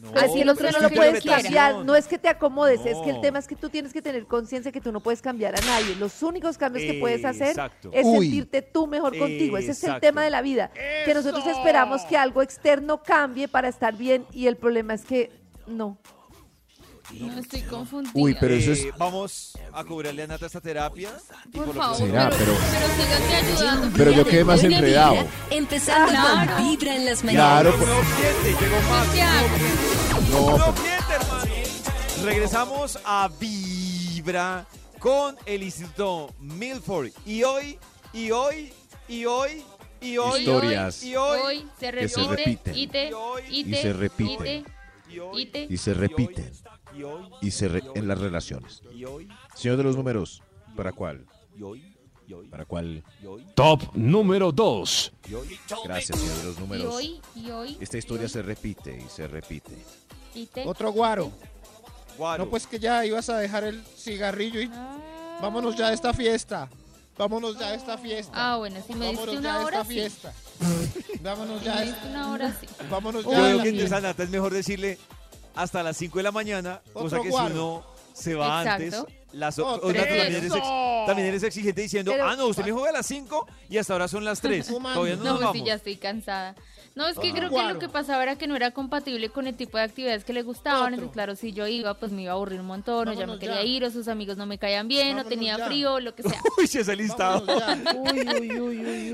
Speaker 2: No,
Speaker 4: Así el otro
Speaker 2: pero
Speaker 4: no
Speaker 2: es
Speaker 4: lo
Speaker 2: que
Speaker 4: puedes
Speaker 2: interpretación.
Speaker 4: cambiar, no es que te acomodes, es que el
Speaker 2: No.
Speaker 4: tema es que tú tienes que tener conciencia que tú no puedes cambiar a nadie. Los únicos cambios que puedes hacer
Speaker 2: Exacto.
Speaker 4: es
Speaker 11: Uy.
Speaker 4: sentirte tú mejor contigo. Ese es el
Speaker 2: Exacto.
Speaker 4: tema de la vida, que nosotros esperamos que algo externo cambie para estar bien y el problema es que no.
Speaker 5: No, estoy confundida.
Speaker 9: Uy, pero eso es
Speaker 2: Eh, Vamos a cobrarle a Nata esta terapia. y
Speaker 5: Por
Speaker 2: lo que
Speaker 5: favor,
Speaker 9: Será,
Speaker 5: pero,
Speaker 9: pero-
Speaker 5: pero síganme ayudando.
Speaker 9: Pero yo
Speaker 1: Día
Speaker 9: quedé
Speaker 1: de
Speaker 9: más
Speaker 1: buena
Speaker 9: enredado.
Speaker 1: vibra, empezando
Speaker 5: Claro.
Speaker 1: con Vibra en las mañanas.
Speaker 9: Claro,
Speaker 2: No miente, llegó más.
Speaker 5: ¿Qué hago?
Speaker 9: No,
Speaker 2: No miente, hermano. Regresamos a Vibra con el Instituto Milford. Y hoy, y hoy, y hoy, y hoy.
Speaker 3: Historias
Speaker 2: Y hoy.
Speaker 5: Hoy se
Speaker 3: que se
Speaker 5: repite,
Speaker 3: repiten.
Speaker 5: y
Speaker 2: Y
Speaker 5: te,
Speaker 2: hoy-
Speaker 5: y
Speaker 3: y
Speaker 5: te,
Speaker 3: se repiten.
Speaker 2: y hoy,
Speaker 5: y te-
Speaker 3: y se
Speaker 2: hoy,
Speaker 3: repiten
Speaker 2: Y hoy.
Speaker 3: y se re-
Speaker 2: hoy,
Speaker 3: en las relaciones.
Speaker 2: Y hoy,
Speaker 3: Señor de los números, ¿para cuál?
Speaker 2: y hoy, y hoy,
Speaker 3: ¿Para cuál?
Speaker 2: y hoy,
Speaker 8: Top número 2.
Speaker 2: y hoy.
Speaker 3: Gracias, señor de los
Speaker 5: y
Speaker 3: números.
Speaker 5: hoy, y hoy,
Speaker 3: Esta historia se repite y se repite.
Speaker 5: y te.
Speaker 11: Otro guaro.
Speaker 2: Guaro.
Speaker 11: No, pues que ya ibas a dejar el cigarrillo y
Speaker 5: Ah.
Speaker 11: vámonos ya de esta fiesta. Vámonos ya de esta fiesta.
Speaker 5: Ah, bueno, si me diste
Speaker 11: vámonos ya
Speaker 5: una
Speaker 11: de
Speaker 5: hora,
Speaker 11: esta
Speaker 5: sí. *laughs*
Speaker 11: fiesta. vámonos
Speaker 5: Si
Speaker 11: ya
Speaker 5: me
Speaker 11: de
Speaker 5: diste una hora,
Speaker 11: *laughs*
Speaker 5: sí.
Speaker 11: Vámonos
Speaker 2: Yo
Speaker 11: ya de
Speaker 2: creo
Speaker 11: la
Speaker 2: que
Speaker 5: sí.
Speaker 2: entonces a Nata es mejor decirle hasta las 5 de la mañana, cosa
Speaker 11: Otro
Speaker 2: que si
Speaker 11: guaro.
Speaker 2: uno se va
Speaker 5: Exacto.
Speaker 2: antes, las, o- o
Speaker 11: Otro
Speaker 2: Nata también eres,
Speaker 11: eso.
Speaker 2: ex- también eres exigente diciendo,
Speaker 4: Pero-
Speaker 2: ah, no, usted me juega a las 5 y hasta ahora son las 3.
Speaker 11: Humano.
Speaker 2: Todavía no,
Speaker 5: No,
Speaker 2: nos
Speaker 5: pues sí,
Speaker 2: vamos. *laughs*
Speaker 5: ya estoy cansada. No, es que
Speaker 11: Ah.
Speaker 5: creo que
Speaker 11: Cuaro.
Speaker 5: lo que pasaba era que no era compatible con el tipo de actividades que le gustaban.
Speaker 11: Otro.
Speaker 5: Entonces, claro, si yo iba, pues me iba a aburrir un montón, o ya me
Speaker 11: Vámonos
Speaker 5: quería
Speaker 11: ya.
Speaker 5: ir, o sus amigos no me caían bien, o
Speaker 11: Vámonos
Speaker 5: tenía
Speaker 11: ya.
Speaker 5: frío, lo que
Speaker 11: *laughs*
Speaker 5: sea.
Speaker 2: Uy, si ese listado.
Speaker 11: Vámonos ya.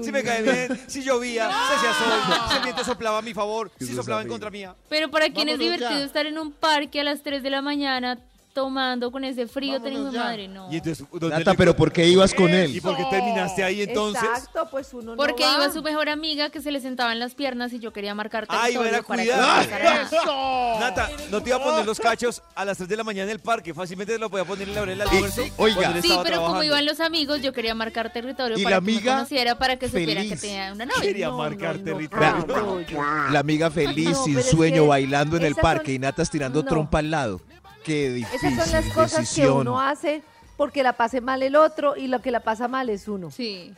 Speaker 2: Si me cae bien, si llovía, si hacía sol, si el viento soplaba a mi favor, si
Speaker 3: Jesús
Speaker 2: soplaba en
Speaker 3: amigo.
Speaker 2: contra mía.
Speaker 5: Pero para quien es
Speaker 11: Vámonos ya.
Speaker 5: divertido estar en un parque a las 3 de la mañana tomando con ese frío,
Speaker 11: Vámonos
Speaker 5: teniendo
Speaker 11: ya.
Speaker 5: madre, no.
Speaker 2: Y entonces, ¿dónde
Speaker 9: Nata,
Speaker 2: le-
Speaker 9: pero ¿por qué ibas con
Speaker 2: ¿Y
Speaker 9: él?
Speaker 2: por qué terminaste ahí entonces?
Speaker 4: Exacto, pues uno
Speaker 5: Porque
Speaker 4: no va.
Speaker 5: iba su mejor amiga que se le sentaba en las piernas y yo quería marcar
Speaker 2: Ah, iba a ir a
Speaker 5: territorio para que no
Speaker 2: cuidar.
Speaker 5: pasara nada.
Speaker 2: Nata, no te iba a poner los cachos a las 3 de la mañana en el parque. Fácilmente te lo podía poner en la hora del almuerzo.
Speaker 9: oiga.
Speaker 2: cuando *laughs* él
Speaker 5: Sí,
Speaker 2: estaba
Speaker 5: pero como
Speaker 2: trabajando.
Speaker 5: iban los amigos, yo quería marcar territorio
Speaker 11: Y
Speaker 5: para
Speaker 11: la
Speaker 5: que me
Speaker 11: amiga
Speaker 5: conociera, para que supiera que
Speaker 11: feliz.
Speaker 5: tenía una novia.
Speaker 2: Quería
Speaker 4: No,
Speaker 2: marcar
Speaker 4: no, no,
Speaker 5: Ah,
Speaker 2: territorio.
Speaker 4: no, no, yo-
Speaker 7: La amiga feliz,
Speaker 4: No,
Speaker 7: sin
Speaker 4: pero es
Speaker 7: sueño,
Speaker 4: que
Speaker 7: bailando en el
Speaker 4: esas
Speaker 7: parque
Speaker 4: son-
Speaker 7: y Natas tirando
Speaker 4: no.
Speaker 7: trompa al lado. Qué difícil
Speaker 4: Esas son las cosas que
Speaker 7: decisión.
Speaker 4: uno hace porque la pase mal el otro y lo que la pasa mal es uno.
Speaker 5: Sí.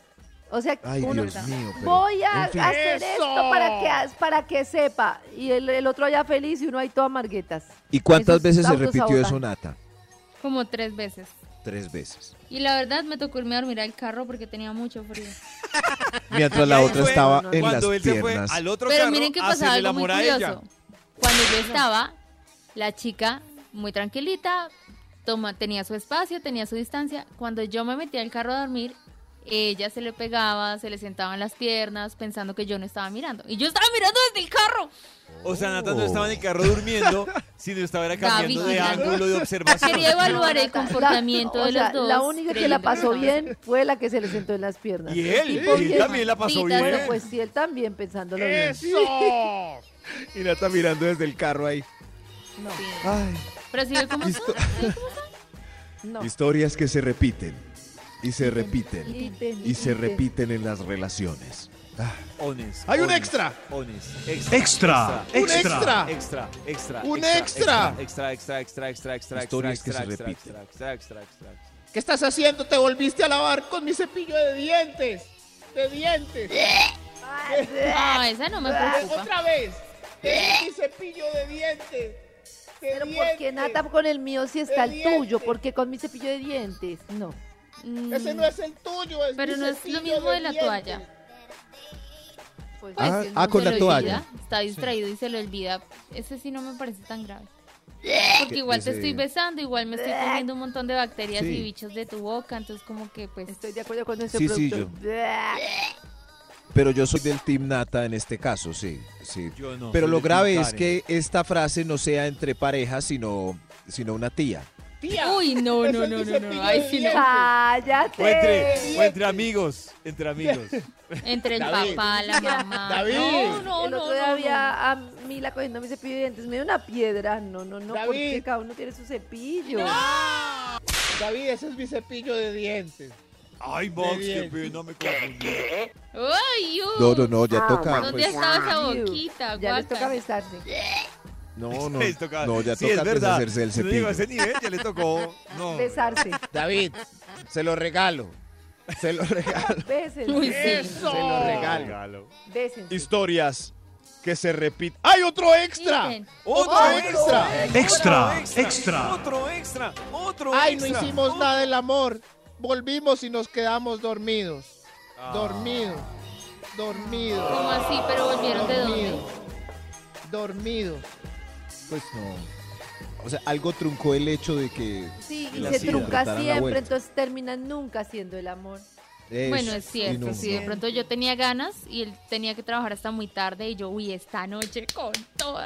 Speaker 4: O sea,
Speaker 7: Ay,
Speaker 4: uno
Speaker 7: Dios mío. pero-
Speaker 4: voy a
Speaker 7: en fin.
Speaker 4: hacer esto para que, ha- para que sepa. Y el, el otro allá feliz y uno ahí todo amarguetas.
Speaker 7: ¿Y cuántas
Speaker 4: Eso es
Speaker 7: veces se repitió
Speaker 4: autosabotaje.
Speaker 7: eso, Nata?
Speaker 5: Como tres veces.
Speaker 7: Tres
Speaker 2: *laughs*
Speaker 7: veces.
Speaker 5: Y la verdad me tocó irme a dormir al carro porque tenía mucho frío.
Speaker 7: Mientras la
Speaker 2: Ahí
Speaker 7: otra
Speaker 2: fue
Speaker 7: estaba en las
Speaker 2: cuando él se fue
Speaker 7: piernas.
Speaker 2: al otro
Speaker 5: Pero
Speaker 2: carro ah,
Speaker 5: miren que
Speaker 2: a
Speaker 5: pasaba
Speaker 2: hacerle el
Speaker 5: algo muy
Speaker 2: amor a ella.
Speaker 5: curioso. Cuando yo estaba, la chica muy tranquilita, toma, tenía su espacio, tenía su distancia. Cuando yo me metía al carro a dormir, ella se le pegaba, se le sentaba en las piernas, pensando que yo no estaba mirando. Y yo estaba mirando desde el carro.
Speaker 2: O sea, Nata no estaba en el carro
Speaker 5: *laughs*
Speaker 2: durmiendo, sino estaba era cambiando de
Speaker 5: vigilando.
Speaker 2: ángulo de observación.
Speaker 5: Quería evaluar el
Speaker 4: La-
Speaker 5: comportamiento
Speaker 4: o
Speaker 5: de
Speaker 4: sea,
Speaker 5: los dos.
Speaker 4: La única que la pasó bien fue la que se le sentó en las piernas.
Speaker 2: Y él,
Speaker 4: Y
Speaker 2: y
Speaker 4: porque-
Speaker 2: él también la pasó
Speaker 5: Maldita
Speaker 2: bien.
Speaker 4: Bueno, pues sí, él también pensándolo bien.
Speaker 7: Y Nata mirando desde el carro ahí. Ay,
Speaker 5: Pero si ve cómo son,
Speaker 4: No.
Speaker 3: Historias que se repiten y se repiten
Speaker 4: Quiten,
Speaker 3: y se
Speaker 4: quiten.
Speaker 3: repiten en las relaciones. Ah,
Speaker 2: Ones,
Speaker 11: Hay un
Speaker 2: ones,
Speaker 11: extra.
Speaker 2: Ones, extra,
Speaker 8: Extra.
Speaker 11: Un
Speaker 8: Extra.
Speaker 11: extra.
Speaker 2: extra, extra,
Speaker 11: Un
Speaker 2: extra, extra, extra, extra, extra, extra,
Speaker 3: Historias que
Speaker 2: extra,
Speaker 3: se
Speaker 2: extra,
Speaker 3: repiten.
Speaker 2: extra, extra, extra, extra.
Speaker 5: *laughs*
Speaker 11: ¿Qué
Speaker 5: Eh,
Speaker 11: estás haciendo? Te volviste a lavar con mi cepillo de dientes. De dientes.
Speaker 5: No, esa no me preocupa.
Speaker 6: Otra vez.
Speaker 5: Eh.
Speaker 6: Tengo mi cepillo de dientes.
Speaker 4: Pero porque Nata con el mío si está el tuyo, porque con mi cepillo de dientes, no.
Speaker 6: Ese no es el tuyo. Es
Speaker 5: Pero
Speaker 6: mi
Speaker 5: no es lo
Speaker 6: cepillo
Speaker 5: mismo de la
Speaker 6: dientes.
Speaker 5: toalla. Pues,
Speaker 11: Ah,
Speaker 5: él
Speaker 11: ah,
Speaker 5: no
Speaker 11: con
Speaker 5: se
Speaker 11: la
Speaker 5: lo
Speaker 11: toalla.
Speaker 5: olvida, Está distraído y se lo olvida. Ese sí no me parece tan grave.
Speaker 11: Que
Speaker 5: Porque igual te
Speaker 11: ese-
Speaker 5: estoy besando, igual me estoy comiendo un montón de bacterias
Speaker 11: Sí.
Speaker 5: y bichos de tu boca, entonces como que pues...
Speaker 4: Estoy de acuerdo con
Speaker 11: Sí, sí, productor. Pero yo soy del Team Nata en este caso, sí. sí.
Speaker 2: Yo no,
Speaker 11: Pero
Speaker 2: soy eh.
Speaker 11: lo
Speaker 2: del team
Speaker 11: grave es
Speaker 2: Karen.
Speaker 11: que esta frase no sea entre parejas, sino, sino una tía.
Speaker 5: Uy, no, no, no, no, no. Ay, sí, no.
Speaker 4: Cállate.
Speaker 2: O
Speaker 5: Eh,
Speaker 2: entre, o entre amigos, entre
Speaker 5: *laughs*
Speaker 2: amigos.
Speaker 5: Entre el
Speaker 2: David.
Speaker 4: *laughs*
Speaker 5: papá, la mamá.
Speaker 2: David.
Speaker 5: No, no,
Speaker 4: el
Speaker 5: no,
Speaker 4: otro
Speaker 5: no,
Speaker 4: día
Speaker 5: no.
Speaker 4: había a Mila cogiendo mi cepillo de dientes, me dio una piedra. No, no, no,
Speaker 6: David.
Speaker 4: porque cada uno tiene su cepillo.
Speaker 6: David, ese es mi cepillo de dientes.
Speaker 2: Ay, Box, qué pena, no me confundí.
Speaker 5: Ay, uy.
Speaker 11: No, no, no, ya
Speaker 5: Ah,
Speaker 11: toca,
Speaker 5: ¿Dónde
Speaker 11: pues.
Speaker 5: está esa
Speaker 4: Ew.
Speaker 5: boquita?
Speaker 4: Ya les toca
Speaker 5: guácala?
Speaker 4: besarse.
Speaker 11: No, no.
Speaker 2: Les toca-
Speaker 11: No, ya
Speaker 2: sí,
Speaker 11: toca
Speaker 2: es verdad.
Speaker 11: deshacerse del
Speaker 2: Si no llegó a
Speaker 11: cepillo.
Speaker 2: ese nivel, ya le tocó.
Speaker 11: Oh.
Speaker 4: *laughs*
Speaker 2: No.
Speaker 4: Besarse.
Speaker 11: David, se lo regalo. Se lo regalo.
Speaker 4: Besen.
Speaker 5: Uy, sí.
Speaker 6: ¡Eso!
Speaker 11: Se lo regalo.
Speaker 2: Regalo.
Speaker 4: Besen.
Speaker 11: Historias que se repiten. ¡Hay otro extra!
Speaker 5: Miren.
Speaker 2: Otro
Speaker 6: ¡Otro
Speaker 2: extra.
Speaker 8: Extra,
Speaker 2: Otro
Speaker 8: extra.
Speaker 2: Otro extra. Otro
Speaker 6: Ay, no
Speaker 2: extra.
Speaker 6: hicimos nada del amor. Volvimos y nos quedamos dormidos.
Speaker 2: Ah.
Speaker 6: Dormidos. Dormidos.
Speaker 5: ¿Cómo así? ¿Pero volvieron de dónde?
Speaker 6: Dormidos. Dormidos.
Speaker 11: Pues no.
Speaker 3: O sea, algo truncó el hecho de que
Speaker 4: Sí,
Speaker 3: Y
Speaker 4: y
Speaker 3: la
Speaker 4: se
Speaker 3: silla.
Speaker 4: trunca
Speaker 3: Darán la
Speaker 4: siempre,
Speaker 3: vuelta.
Speaker 4: entonces terminan nunca haciendo el amor.
Speaker 5: Bueno,
Speaker 11: Eso,
Speaker 5: es cierto.
Speaker 11: y no,
Speaker 5: si de
Speaker 11: no.
Speaker 5: pronto yo tenía ganas y él tenía que trabajar hasta muy tarde y yo, uy, esta noche con toda.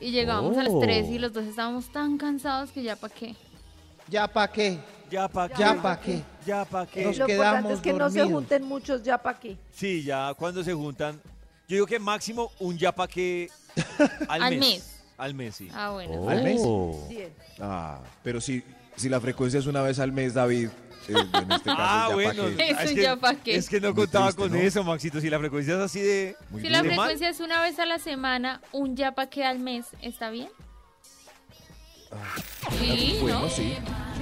Speaker 5: Y llegábamos a las
Speaker 11: Oh.
Speaker 5: 3 y los dos estábamos tan cansados que ya para qué.
Speaker 11: ¿Ya pa' qué?
Speaker 2: Ya pa' qué.
Speaker 11: ¿Ya pa' qué?
Speaker 2: Ya pa' qué.
Speaker 11: Nos
Speaker 4: Lo importante
Speaker 11: quedamos
Speaker 4: es que no se
Speaker 11: dormidos.
Speaker 4: junten muchos ya para qué.
Speaker 2: Sí, ya cuando se juntan. Yo digo que máximo un ya pa' qué al,
Speaker 5: Al
Speaker 2: mes.
Speaker 5: mes.
Speaker 2: Al mes, sí.
Speaker 5: Ah, bueno.
Speaker 11: ¿Al mes?
Speaker 4: Bien.
Speaker 11: Ah, pero si, si la frecuencia es una vez al mes, David. eh, en
Speaker 2: *laughs*
Speaker 11: este caso,
Speaker 2: Ah,
Speaker 11: ya pa'
Speaker 2: bueno.
Speaker 11: qué.
Speaker 5: Eso
Speaker 2: es
Speaker 5: ya pa' qué.
Speaker 2: Es que no
Speaker 11: Muy
Speaker 2: contaba
Speaker 11: triste,
Speaker 2: con
Speaker 11: ¿no?
Speaker 2: eso, Maxito. Si la frecuencia es así de.
Speaker 11: Muy
Speaker 5: Si
Speaker 11: bien.
Speaker 5: la
Speaker 2: ¿De mal?
Speaker 5: frecuencia es una vez a la semana, un ya pa' qué al mes, ¿está bien? Sí,
Speaker 11: Bueno,
Speaker 5: ¿no?
Speaker 11: sí.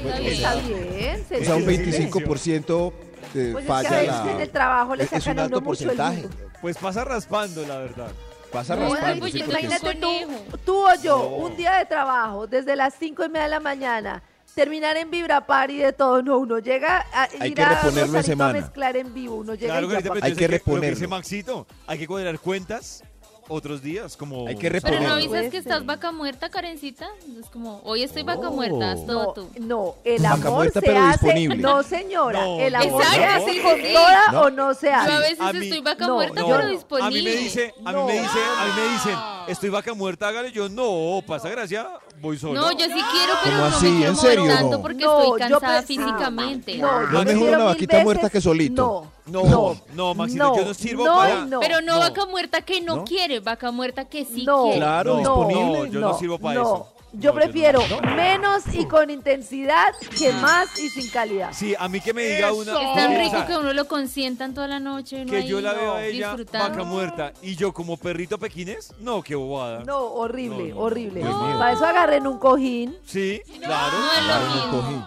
Speaker 5: Está bien.
Speaker 4: Está bien, se
Speaker 11: O sea, un
Speaker 4: entiende.
Speaker 11: 25% de
Speaker 4: Pues es que a
Speaker 11: eh, falla
Speaker 4: veces
Speaker 11: la-
Speaker 4: en el trabajo le
Speaker 11: es- es
Speaker 4: sacan
Speaker 11: un
Speaker 4: a
Speaker 11: alto
Speaker 4: uno mucho el
Speaker 11: porcentaje.
Speaker 4: mundo.
Speaker 2: Pues pasa raspando, la verdad.
Speaker 11: Pasa
Speaker 5: No,
Speaker 11: raspando.
Speaker 5: pues
Speaker 11: sí,
Speaker 5: yo
Speaker 11: porque
Speaker 5: imagino-
Speaker 4: Imagínate tú,
Speaker 5: Conejo.
Speaker 4: tú o yo, un día de trabajo, desde las 5 y media de la mañana, terminar en Vibra Party de todo, no, uno llega a
Speaker 11: Hay
Speaker 4: ir
Speaker 11: que
Speaker 4: a
Speaker 11: reponerlo en
Speaker 4: Rosarito
Speaker 11: semana.
Speaker 4: a mezclar en vivo, uno llega
Speaker 2: Claro
Speaker 4: y
Speaker 2: que
Speaker 4: ya
Speaker 2: ahorita,
Speaker 4: pa'
Speaker 2: pero
Speaker 11: Hay
Speaker 2: yo sé
Speaker 11: que
Speaker 2: Lo que dice
Speaker 11: reponerlo.
Speaker 2: Maxito, hay que cuadrar cuentas otros días, como.
Speaker 11: Hay que
Speaker 5: Pero no
Speaker 11: Correcto.
Speaker 5: avisas que estás
Speaker 4: Pues,
Speaker 5: vaca muerta, Karencita. Es como, hoy estoy vaca muerta, haz todo
Speaker 4: no,
Speaker 5: tú.
Speaker 4: no, el
Speaker 11: Vaca
Speaker 4: amor
Speaker 11: muerta,
Speaker 4: se
Speaker 11: pero
Speaker 4: hace,
Speaker 11: disponible.
Speaker 4: no señora,
Speaker 2: No,
Speaker 4: el
Speaker 2: no,
Speaker 4: amor se
Speaker 5: Exacto,
Speaker 4: hace
Speaker 5: sí,
Speaker 4: con
Speaker 5: sí.
Speaker 4: toda
Speaker 11: No.
Speaker 4: o no se
Speaker 5: Yo a
Speaker 4: hace.
Speaker 5: veces
Speaker 2: a mí-
Speaker 5: estoy vaca
Speaker 4: no,
Speaker 5: muerta,
Speaker 4: yo
Speaker 5: pero
Speaker 4: no.
Speaker 2: A mí
Speaker 5: disponible.
Speaker 2: me dice, a mí
Speaker 4: No.
Speaker 2: me dice, a mí me dicen, estoy vaca muerta, hágale. Yo no, pasa gracia, voy solo.
Speaker 5: No, yo sí quiero, pero
Speaker 11: ¿Cómo
Speaker 5: no
Speaker 11: así?
Speaker 5: me quiero
Speaker 11: ¿En
Speaker 5: mover
Speaker 11: serio?
Speaker 5: tanto
Speaker 11: No.
Speaker 5: porque
Speaker 4: No,
Speaker 5: estoy
Speaker 4: yo pensaba-
Speaker 5: cansada fínticamente.
Speaker 4: No, yo
Speaker 2: mejor
Speaker 4: prefiero
Speaker 11: una
Speaker 4: mil
Speaker 11: vaquita muerta
Speaker 4: veces
Speaker 11: que solito.
Speaker 4: No,
Speaker 2: No,
Speaker 4: no,
Speaker 2: no, Maxito, yo no sirvo para-
Speaker 4: y
Speaker 5: pero no,
Speaker 2: No.
Speaker 5: vaca muerta que no,
Speaker 11: ¿No?
Speaker 5: quiere, vaca muerta que sí
Speaker 4: no,
Speaker 5: quiere.
Speaker 11: Claro,
Speaker 2: no,
Speaker 11: disponible.
Speaker 2: No, yo no, sirvo para
Speaker 4: no.
Speaker 2: eso.
Speaker 4: Yo
Speaker 2: No,
Speaker 4: prefiero
Speaker 2: no.
Speaker 4: menos y con intensidad que más y sin calidad.
Speaker 2: Sí, a mí que me diga
Speaker 6: ¡Eso!
Speaker 2: una.
Speaker 5: Es tan
Speaker 2: o
Speaker 5: rico
Speaker 2: sea,
Speaker 5: que uno lo consientan toda la noche. y uno
Speaker 2: que
Speaker 5: ahí
Speaker 2: yo la veo a ella vaca
Speaker 5: disfrutando.
Speaker 2: muerta y yo como perrito pequinés. No, qué bobada.
Speaker 4: No, horrible,
Speaker 2: No, no,
Speaker 4: horrible.
Speaker 11: Dios mío.
Speaker 4: Para eso agarren un cojín.
Speaker 2: Sí, claro.
Speaker 5: No es lo
Speaker 11: Claro, un
Speaker 5: mismo.
Speaker 11: cojín.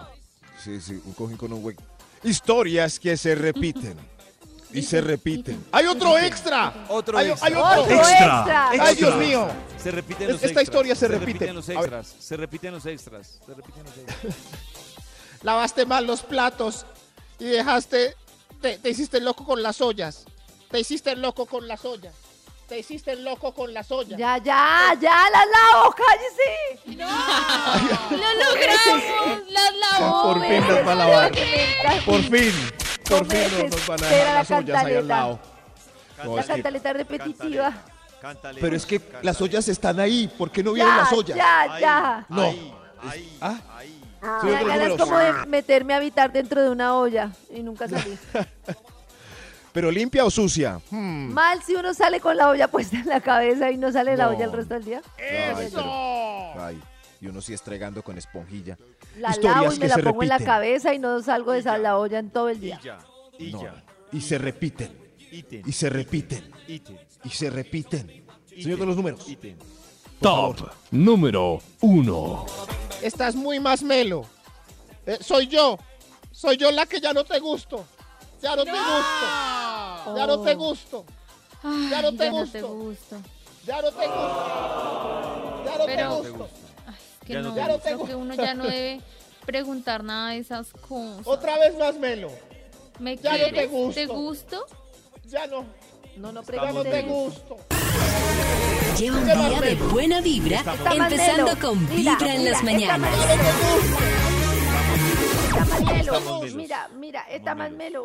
Speaker 11: Sí, sí, un cojín con un hueco. Historias que se repiten. Y se repiten.
Speaker 6: ¡Hay otro extra!
Speaker 2: Otro
Speaker 6: hay,
Speaker 2: extra.
Speaker 6: hay
Speaker 4: ¡Otro
Speaker 6: otro.
Speaker 8: Extra,
Speaker 4: extra!
Speaker 8: extra.
Speaker 6: ¡Ay, Dios mío!
Speaker 2: Se repiten
Speaker 6: Es-
Speaker 2: los
Speaker 6: esta
Speaker 2: extras.
Speaker 6: historia se repite.
Speaker 2: repiten los
Speaker 6: A ver.
Speaker 2: extras. Se repiten los extras. Se repiten los extras.
Speaker 6: Lavaste mal los platos y dejaste. Te, te hiciste loco con las ollas. Te hiciste loco con las ollas. Te hiciste loco con las ollas.
Speaker 4: Ya, ya, ya, la lavo, cállese.
Speaker 5: *laughs*
Speaker 2: *laughs*
Speaker 5: ¡Lo logramos! ¡Las lavó!
Speaker 11: Por fin
Speaker 4: las
Speaker 11: las va a lavar. Por fin. Por
Speaker 4: Hombre,
Speaker 11: fin no nos van a
Speaker 4: espera
Speaker 11: dejar
Speaker 4: la
Speaker 11: las ollas ahí al
Speaker 4: cantaleta.
Speaker 11: lado. No,
Speaker 4: La
Speaker 11: es que-
Speaker 4: cantaleta repetitiva.
Speaker 11: pero es que las ollas están ahí. ¿Por qué no vieron
Speaker 4: Ya,
Speaker 11: las ollas?
Speaker 4: ya, ya.
Speaker 11: No. Ah. Sí,
Speaker 4: Me dan
Speaker 11: otros
Speaker 4: ganas
Speaker 11: números.
Speaker 4: como de meterme a habitar dentro de una olla y nunca salí.
Speaker 11: Pero limpia o sucia.
Speaker 4: Mal si uno sale con la olla puesta en la cabeza y no sale de la
Speaker 11: No.
Speaker 4: olla el resto del día.
Speaker 11: Ay, pero- ay, y uno sí estregando con esponjilla.
Speaker 4: La
Speaker 11: Historias
Speaker 4: lavo y
Speaker 11: que
Speaker 4: me la
Speaker 11: se
Speaker 4: pongo en la
Speaker 11: repiten.
Speaker 4: cabeza y no salgo de esa la olla en todo el
Speaker 2: Y
Speaker 4: día.
Speaker 2: ya. Y
Speaker 11: No,
Speaker 2: ya.
Speaker 11: Y se repiten.
Speaker 2: Iten.
Speaker 11: Y se repiten.
Speaker 2: Iten.
Speaker 11: Y se repiten.
Speaker 2: Iten.
Speaker 11: Señor de los números.
Speaker 2: Iten.
Speaker 8: Top número 1.
Speaker 6: Estás muy más melo. Eh, soy yo. Soy yo la que ya no te gusto. Ya no, te gusto. Ya no te gusto. Ya no te
Speaker 5: ya
Speaker 6: gusto. Ya no te gusto. Ya no
Speaker 5: Pero-
Speaker 6: te gusto.
Speaker 5: Que
Speaker 6: Ya no
Speaker 5: no,
Speaker 6: te gusta.
Speaker 5: creo que uno ya no debe preguntar nada de esas cosas.
Speaker 6: Otra vez más melo.
Speaker 5: ¿Me
Speaker 6: Oh, Ya no te
Speaker 5: quieres?
Speaker 6: gusto.
Speaker 5: ¿Te gusto?
Speaker 6: Ya no. Ya
Speaker 4: No, no
Speaker 6: no te
Speaker 5: preguntes.
Speaker 6: gusto.
Speaker 1: Lleva un día de buena vibra,
Speaker 4: Está más
Speaker 1: empezando
Speaker 4: melo.
Speaker 1: con
Speaker 4: Mira,
Speaker 1: Vibra en
Speaker 4: mira,
Speaker 1: las
Speaker 4: está
Speaker 1: mañanas.
Speaker 4: más melo. Está más melo.
Speaker 2: Estamos melos.
Speaker 4: Mira, mira, está más melo.